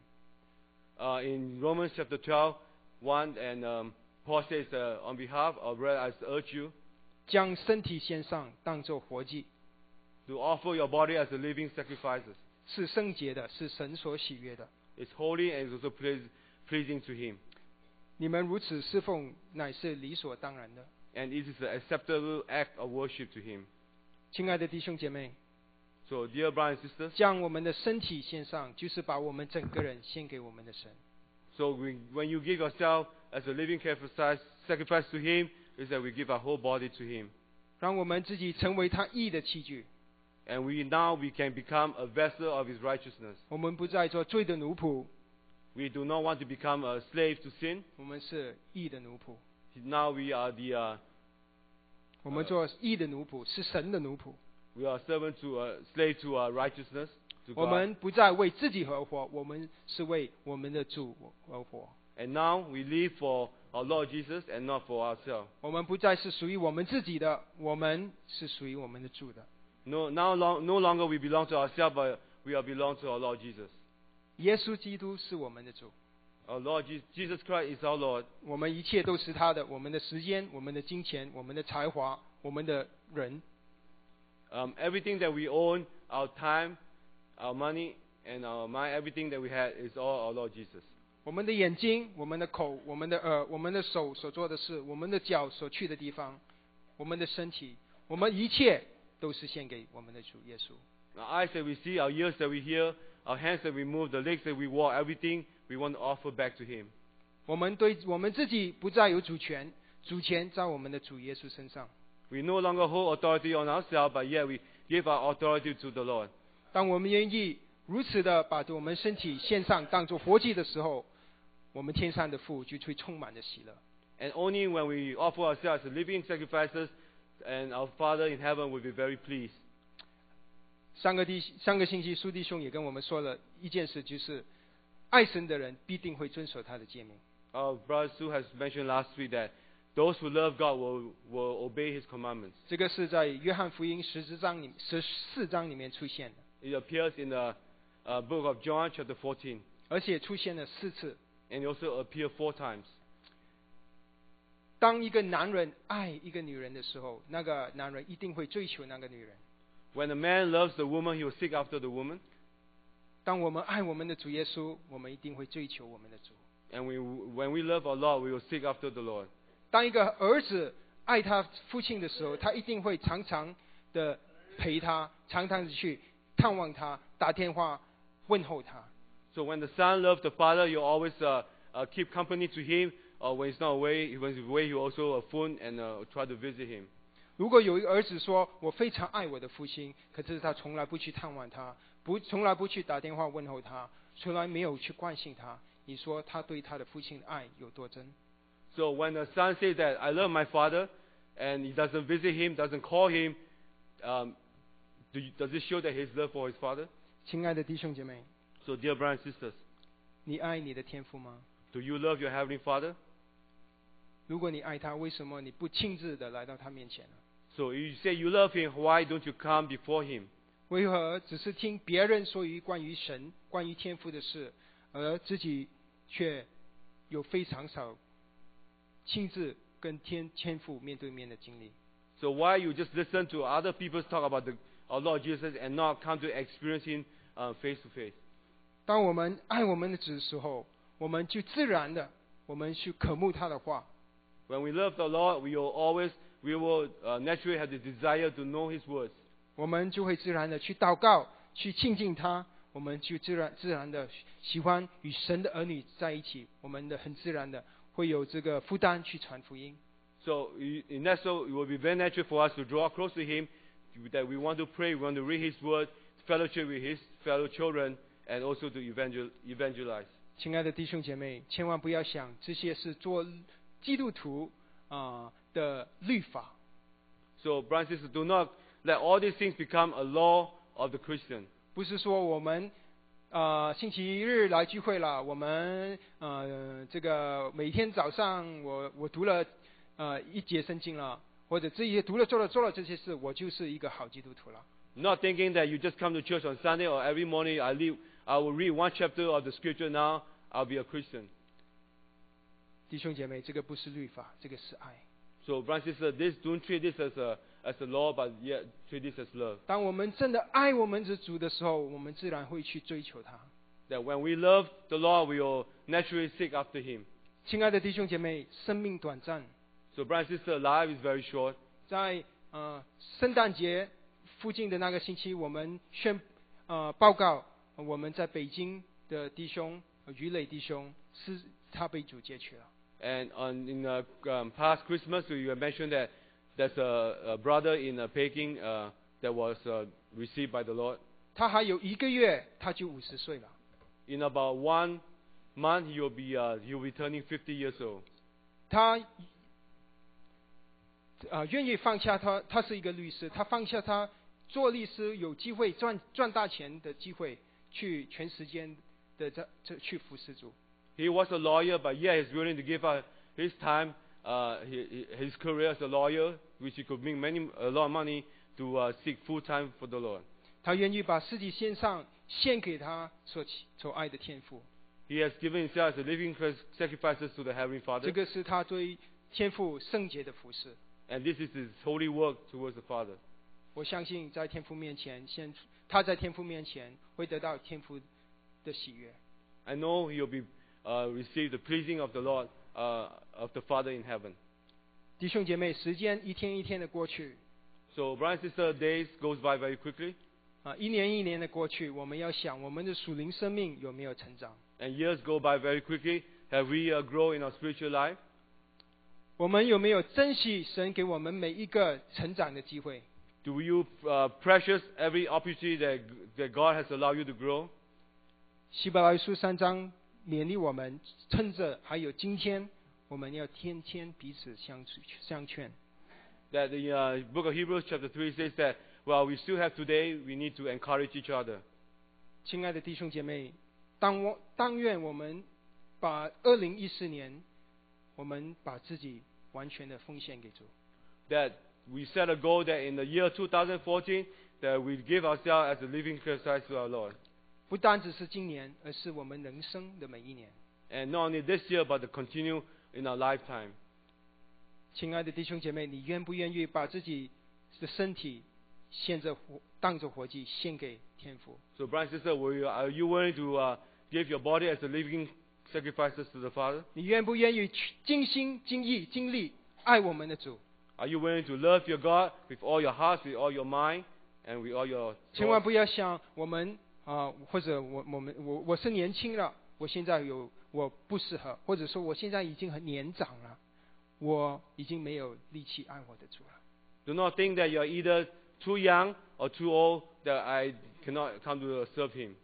S2: Uh, in Romans chapter 12, 1, and um, Paul says, uh, on behalf of brother, I urge you
S1: 将身体献上，当作活祭，
S2: to offer your body as a living sacrifice.
S1: 是圣洁的，是神所喜悦的。
S2: It's holy and it's also pleas- pleasing to him.
S1: 你们如此侍奉，乃是理所当然的。”
S2: And it is an acceptable act of worship to him.
S1: 亲爱的弟兄姐妹，
S2: So, dear brothers and sisters,
S1: 将我们的身体献上，就是把我们整个人献给我们的神。
S2: So we, when you give yourself as a living sacrifice, sacrifice to Him, is that we give our whole body to Him,
S1: 让我们自己成为他义的器具。
S2: and we now we can become a vessel of His righteousness.
S1: 我们不再做罪的奴仆，
S2: We do not want to become a slave to sin.
S1: 我们是义的奴仆。
S2: Now we are the uh,
S1: 我们做义的奴仆是神的奴仆。
S2: we are servant to uh, slave to our righteousness to
S1: 我
S2: God.
S1: 们不再为自己而活，我们是为我们的主而活。
S2: And now we live for our Lord Jesus and not for ourselves.
S1: 我们不再是属于我们自己的，我们是属于我们的主的。
S2: No, now long, no longer we belong to ourselves, but we are belong to our Lord Jesus.
S1: 耶稣基督是我们的主，
S2: Our Lord Je- Jesus Christ is our Lord.
S1: 我们一切都是他的。我们的时间、我们的金钱、我们的才华、我们的人，
S2: Um, everything that we own, our time, our money, and our mind, everything that we had is all our Lord Jesus.
S1: 我们的眼睛、我们的口、我们的耳、我们的手所做的事、我们的脚所去的地方、我们的身体，我们一切都是献给我们的主耶稣。
S2: Our eyes that we see, our ears that we hear, our hands that we move, the legs that we walk, everything we want to offer back to Him.
S1: 我们对我们自己不再有主权，主权在我们的主耶稣身上。
S2: We no longer hold authority on ourselves, but yet we give our authority to the Lord.
S1: 当我们愿意如此的把我们身体献上，当作活祭的时候，我们天上的父就会充满着喜乐。
S2: And only when we offer ourselves as living sacrifices, and our Father in heaven will be very pleased.
S1: 上个弟上个星期，苏弟兄也跟我们说了一件事，就是爱神的人必定会遵守他的诫命。
S2: Our brother Sue has mentioned last week that those who love God will, will obey His commandments.
S1: 这个是在约翰福音十四章里十四章里面出现的，
S2: It appears in the uh, book of John, chapter 14,
S1: 而且出现了四次。
S2: and it also appears four times.
S1: 当一个男人爱一个女人的时候，那个男人一定会追求那个女人。
S2: When a man loves the woman, he will seek after the woman,
S1: 当我们爱我们的主耶稣，我们一定会追求我们的主。
S2: and we, when we love our Lord, we will seek after the Lord.
S1: 当一个儿子爱他父亲的时候，他一定会常常的陪他，常常的去探望他，打电话问候他。
S2: So when the son loves the father, you always uh, uh, keep company to him, or when he's not away, when he's away, you also uh, phone and uh, try to visit him.
S1: 如果有一个儿子说我非常爱我的父亲，可是他从来不去探望他，不从来不去打电话问候他，从来没有去关心他，你说他对他的父亲的爱有多真？
S2: So when the son says that I love my father, and he doesn't visit him, doesn't call him, um, do you, does it show that his love for his father?
S1: 亲爱的弟兄姐妹，
S2: So dear brothers and sisters,
S1: 你爱你的天父吗？
S2: do you love your heavenly father?
S1: 如果你爱他，为什么你不亲自的来到他面前呢？
S2: So you say you love Him, why don't you come before Him?
S1: 为何只是听别人说于关于神、关于天父的事，而自己却有非常少亲自跟天天父面对面的经历？
S2: So why you just listen to other people talk about the, our Lord Jesus and not come to experience Him uh, face to face?
S1: 当我们爱我们的主的时候，我们就自然的，我们去渴慕他的话，
S2: When we love the Lord, we will always, we will uh, naturally have the desire to know His words.
S1: 我们就会自然的去祷告，去亲近他，我们就自然自然的喜欢与神的儿女在一起，我们的很自然的会有这个负担去传福音。
S2: So you- in that so it will be very natural for us to draw close to Him, that we want to pray, we want to read His Word, fellowship with His fellow children, and also to evangel- evangelize.
S1: 亲爱的弟兄姐妹，千万不要想这些是做呃基督徒啊、的律法，
S2: So brothers and sisters, do not let all these things become a law of the Christian.
S1: 不是说我们呃星期日来聚会了，我们呃这个每天早上我我读了呃一节圣经了，或者这些读了做了做了这些事，我就是一个好基督徒了。
S2: Not thinking that you just come to church on Sunday or every morning I leave, I will read one chapter of the scripture now, I'll be a Christian.
S1: 弟兄姐妹，这个不是律法，这个是爱。
S2: So brothers and sisters, this, don't treat this as a, as a law, but yet treat this as love.
S1: 当我们真的爱我们的主的时候，我们自然会去追求他。
S2: That when we love the Lord, we will naturally seek after Him.
S1: 亲爱的弟兄姐妹，生命短暂，
S2: So brothers and sisters, life is very short.
S1: 在呃圣诞节附近的那个星期，我们宣呃报告呃我们在北京的弟兄呃于磊弟兄是他被主接去了。
S2: And on, in the um, past Christmas, you have mentioned that there's a, a brother in uh, Peking uh, that was uh, received by the Lord.
S1: 他还有一个月他就五十岁了，
S2: In about one month, you'll be uh, you'll be turning 50 years old.
S1: 他呃愿意放下他，他是一个律师，他放下他做律师有机会赚赚大钱的机会，去全时间的在这去服侍主。
S2: He was a lawyer, but yeah, he's willing to give up his time, uh, his, his career as a lawyer, which he could make many a lot of money to uh, seek full time for the Lord.
S1: 他愿意把自己献上，献给他所起所爱的天父。
S2: He has given himself as a living cris- sacrifices to the
S1: 这
S2: Heavenly Father,
S1: 个是他对天父圣洁的服侍。
S2: and this is his holy work towards the Father.
S1: 我相信在天父面前，先他在天父面前会得到天父的喜悦。
S2: I know you'll be uh, receive the pleasing of the Lord, uh, of the Father in heaven.
S1: 弟兄姐妹，时间一天一天的过去，
S2: So, brothers and sisters, days goes by very quickly,
S1: 啊，一年一年的过去，我们要想我们的属灵生命有没有成长？
S2: and years go by very quickly. Have we uh, grown in our spiritual life?
S1: 我们有没有珍惜神给我们每一个成长的机会？
S2: Do you uh, precious every opportunity that, that God has allowed you to grow?
S1: 希伯来书三章勉励我们，趁着还有今天，我们要天天彼此相处相劝。
S2: That the uh, book of Hebrews chapter 3 says that, well, we still have today, we need to encourage each other.
S1: 亲爱的弟兄姐妹，当我当愿我们把二零一四年，我们把自己完全的奉献给主。
S2: That we set a goal that in the year 2014, that we give ourselves as a living sacrifice to our Lord.
S1: 不单只是今年，而是我们人生的每一年。
S2: And not only this year, but to continue in our lifetime.
S1: 亲爱的弟兄姐妹，你愿不愿意把自己的身体献着活，当着活祭献给天父？
S2: So, brothers and sisters, will you, are you willing to uh, give your body as a living sacrifices to the Father?
S1: 你愿不愿意去尽心尽意尽力爱我们的主？
S2: Are you willing to love your God with all your heart, with all your mind, and with all your
S1: 千万
S2: thoughts?
S1: 不要想我们啊、或者我我们我我是年轻了，我现在有我不适合，或者说我现在已经很年长了，我已经没有力气爱我的主了。
S2: Do not think that you're either too young or too old that I cannot come to serve Him.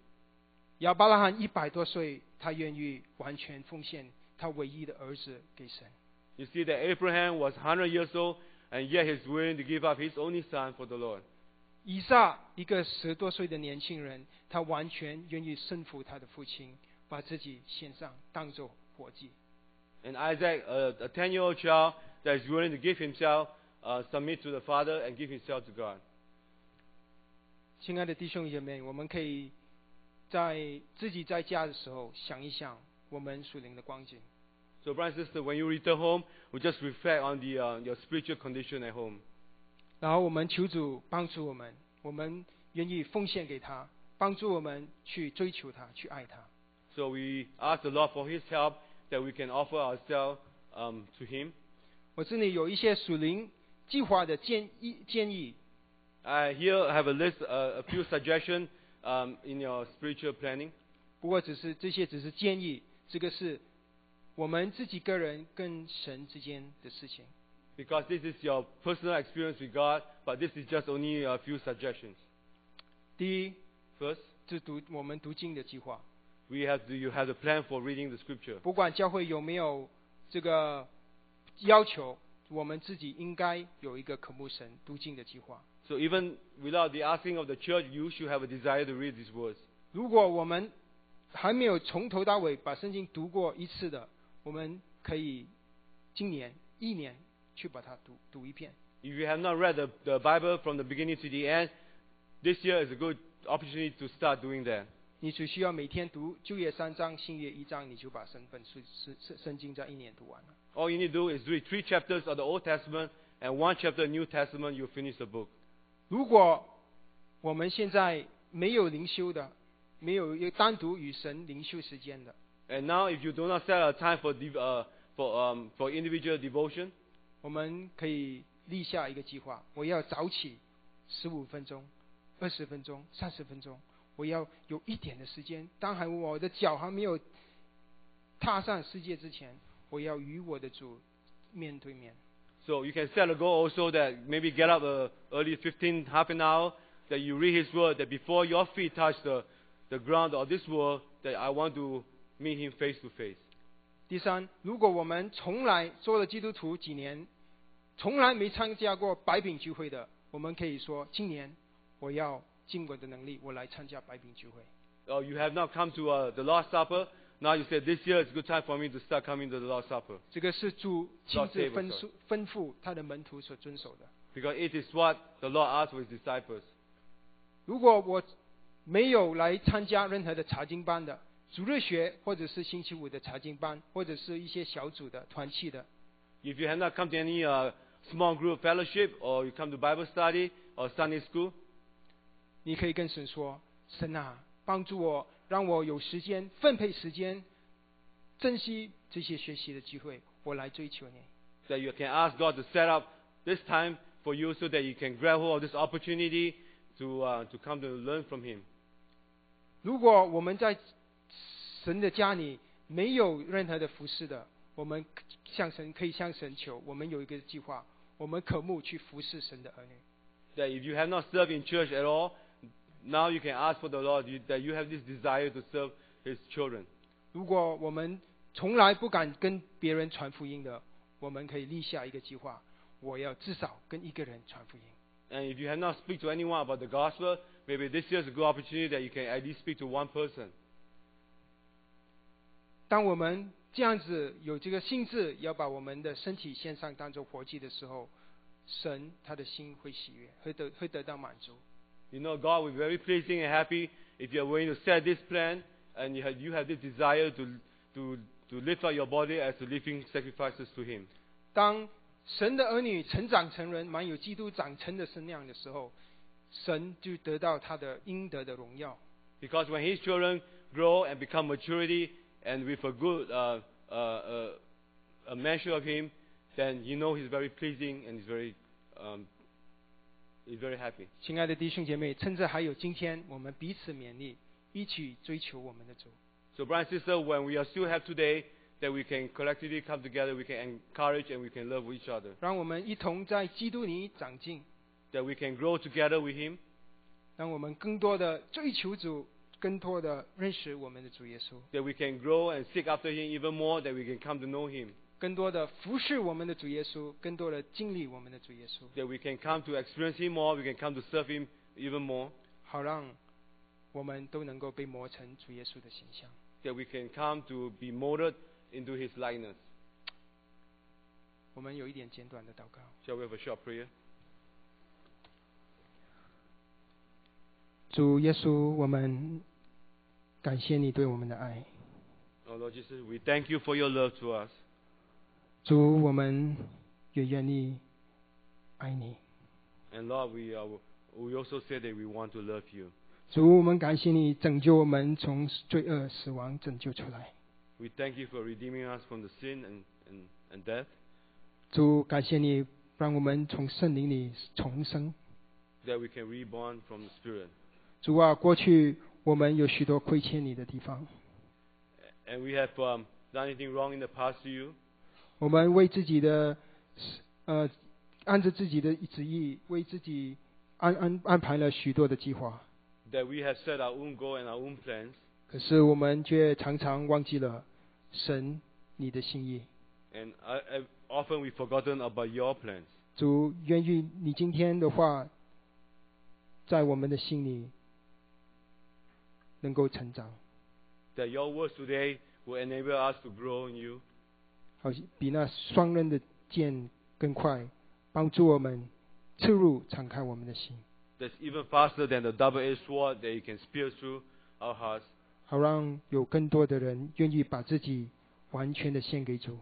S1: 亚伯拉罕一百多岁，他愿意完全奉献他唯一的儿子给神。
S2: You see that Abraham was 100 years old, and yet he's willing to give up his only son for the Lord.
S1: 以撒一个十多岁的年轻人，他完全愿意顺服他的父亲，把自己献上，当做活祭。
S2: And Isaac, a, a 10 year old child that is willing to give himself uh, submit to the Father and give himself to God.
S1: 亲爱的弟兄姐妹，我们可以在自己在家的时候想一想我们属灵的光景。
S2: So, brothers and sisters, when you return home, we just reflect on the, uh, your spiritual condition at home.
S1: 然后我们求主帮助我们，我们愿意奉献给他，帮助我们去追求他，去爱他。
S2: So we ask the Lord for His help that we can offer ourselves um, to Him.
S1: 我这里有一些属灵计划的建议建议，
S2: I here I have a list, uh, a few suggestions um, in your spiritual planning.
S1: 不过只是这些只是建议，这个是我们自己个人跟神之间的事情。
S2: Because this is your personal experience with God, but this is just only a few suggestions.
S1: 第一，
S2: First,
S1: 是读我们读经的计划，
S2: we have to, you have a plan for reading the scripture.
S1: 不管教会有没有这个要求，我们自己应该有一个渴慕神读经的计划。
S2: So even without the asking of the church, you should have a desire to read these words.
S1: 如果我们还没有从头到尾把圣经读过一次的，我们可以今年一年去把它读读一遍。
S2: If you have not read the, the Bible from the beginning to the end, this year is a good opportunity to start doing that.
S1: 你只需要每天读旧约三章、新约一章，你就把神本书圣圣圣经在一年读完了。
S2: All you need to do is read three chapters of the Old Testament and one chapter of New Testament, you finish the book.
S1: 如果我们现在没有灵修的，没有一个单独与神灵修时间的，
S2: And now, if you do not set a time for, div- uh, for, um, for individual devotion,
S1: 我们可以立下一个计划：我要早起十五分钟、二十分钟、三十分钟，我要有一点的时间。当还我的脚还没有踏上世界之前，我要与我的主面对面。
S2: so you can set a goal also that maybe get up uh, early 15, half an hour, that you read His Word, that before your feet touch the, the ground of this world, that I want to meet Him face to face.
S1: 第三，如果我们从来做了基督徒几年，从来没参加过白饼聚会的，我们可以说：今年我要尽我的能力，我来参加白饼聚会。
S2: Or Oh, you have not come to uh, the Last Supper, now you say, this year is a good time for me to start coming to the Last Supper.
S1: 这个是主亲自
S2: Lord, save us,
S1: 吩咐吩咐他的门徒所遵守的。
S2: Because it is what the Lord asked for His disciples.
S1: 如果我没有来参加任何的查经班的主日学，或者是星期五的查经班，或者是一些小组的团契的，
S2: If you have not come to any uh, small group fellowship, or you come to Bible study or Sunday school,
S1: 你可以跟神说：“神啊，帮助我，让我有时间分配时间，珍惜这些学习的机会，我来追求你。
S2: that you can ask God to set up this time for you so that you can grab hold of this opportunity to, uh, to come to learn from Him. ”
S1: 如果我们在神的家里没有任何的服侍的，我们向神可以向神求，我们有一个计划，我们渴慕去服侍神的儿女。
S2: That if you have not served in church at all, now you can ask for the Lord you, that you have this desire to serve His children.
S1: 如果我们从来不敢跟别人传福音的，我们可以立下一个计划：我要至少跟一个人传福音。
S2: And if you have not speak to anyone about the gospel, maybe this year is a good opportunity that you can at least speak to one person.
S1: 当我们这样子有这个心智，要把我们的身体献上当做活祭的时候，神他的心会喜悦，会得会得到满足。
S2: You know, God will be very pleasing and happy if you are willing to set this plan and you have, you have this desire to, to, to lift up your body as a living sacrifices to Him.
S1: 当神的儿女成长成人，满有基督长成的身量的时候，神就得到他的应得的荣耀。
S2: Because when His children grow and become maturity and with a good uh, uh, uh, a measure of Him, then you know He's very pleasing and He's very, um, he's very happy.
S1: 亲爱的弟兄姐妹，趁着还有今天，我们彼此勉励，一起追求我们的主。
S2: So, brother and sister, when we are still have today, that we can collectively come together, we can encourage and we can love each other,
S1: 让我们一同在基督里长进，
S2: that we can grow together with Him.
S1: 让我们更多的追求主，更多的认识我们的主耶稣，
S2: that we can grow and seek after Him even more, that we can come to know Him,
S1: 更多的服侍我们的主耶稣，更多的经历我们的主耶稣，
S2: that we can come to experience Him more, we can come to serve Him even more,
S1: 好让我们都能够被磨成主耶稣的形象。
S2: that we can come to be molded into His likeness.
S1: 我们有一点简短的祷告。
S2: Shall we have a short prayer?
S1: 主耶稣，我们感谢你对我们的爱。
S2: Oh Lord Jesus, we thank you for your love to us.
S1: 主，我们也愿意爱你。
S2: And Lord, we, are, we also say that we want to love you.
S1: 主，我们感谢你拯救我们从罪恶、死亡拯救出来。
S2: We thank you for redeeming us from the sin and, and, and death.
S1: 主，感谢你让我们从圣灵里重生。
S2: that we can reborn from the Spirit.
S1: 主啊，过去我们有许多亏欠你的地方，
S2: And we have um, done anything wrong in the past to you.
S1: 我们为自己的呃，按着自己的旨意，为自己安安安排了许多的计划，
S2: That we have set our own goal and our own plans,
S1: 可是我们却常常忘记了神你的心意。
S2: and I, I, often we've forgotten about your plans.
S1: 主，愿意你今天的话，在我们的心里能够成长，
S2: That your words today will enable us to grow in you,
S1: 好像比那双刃的剑更快，帮助我们刺入、敞开我们的心，
S2: that's even faster than the double-edged sword that you can spear through our hearts,
S1: 好让有更多的人愿意把自己完全的献给主。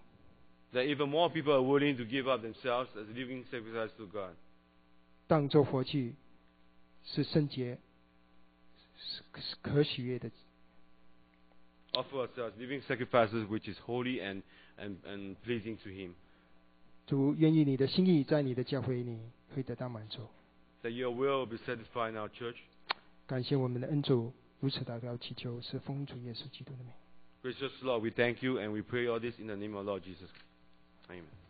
S2: that even more people are willing to give up themselves as living sacrifice to God,
S1: 当作活祭，是圣洁，是是可喜悦的。
S2: offer ourselves living sacrifices which is holy and, and, and pleasing to Him.
S1: 主，愿意你的心意在你的教会里会得到满足。
S2: That your will will be satisfied in our church.
S1: 感谢我们的恩主，如此祷告祈求，是奉主耶稣基督的名。
S2: Gracious Lord, we thank you and we pray all this in the name of Lord Jesus. Amen.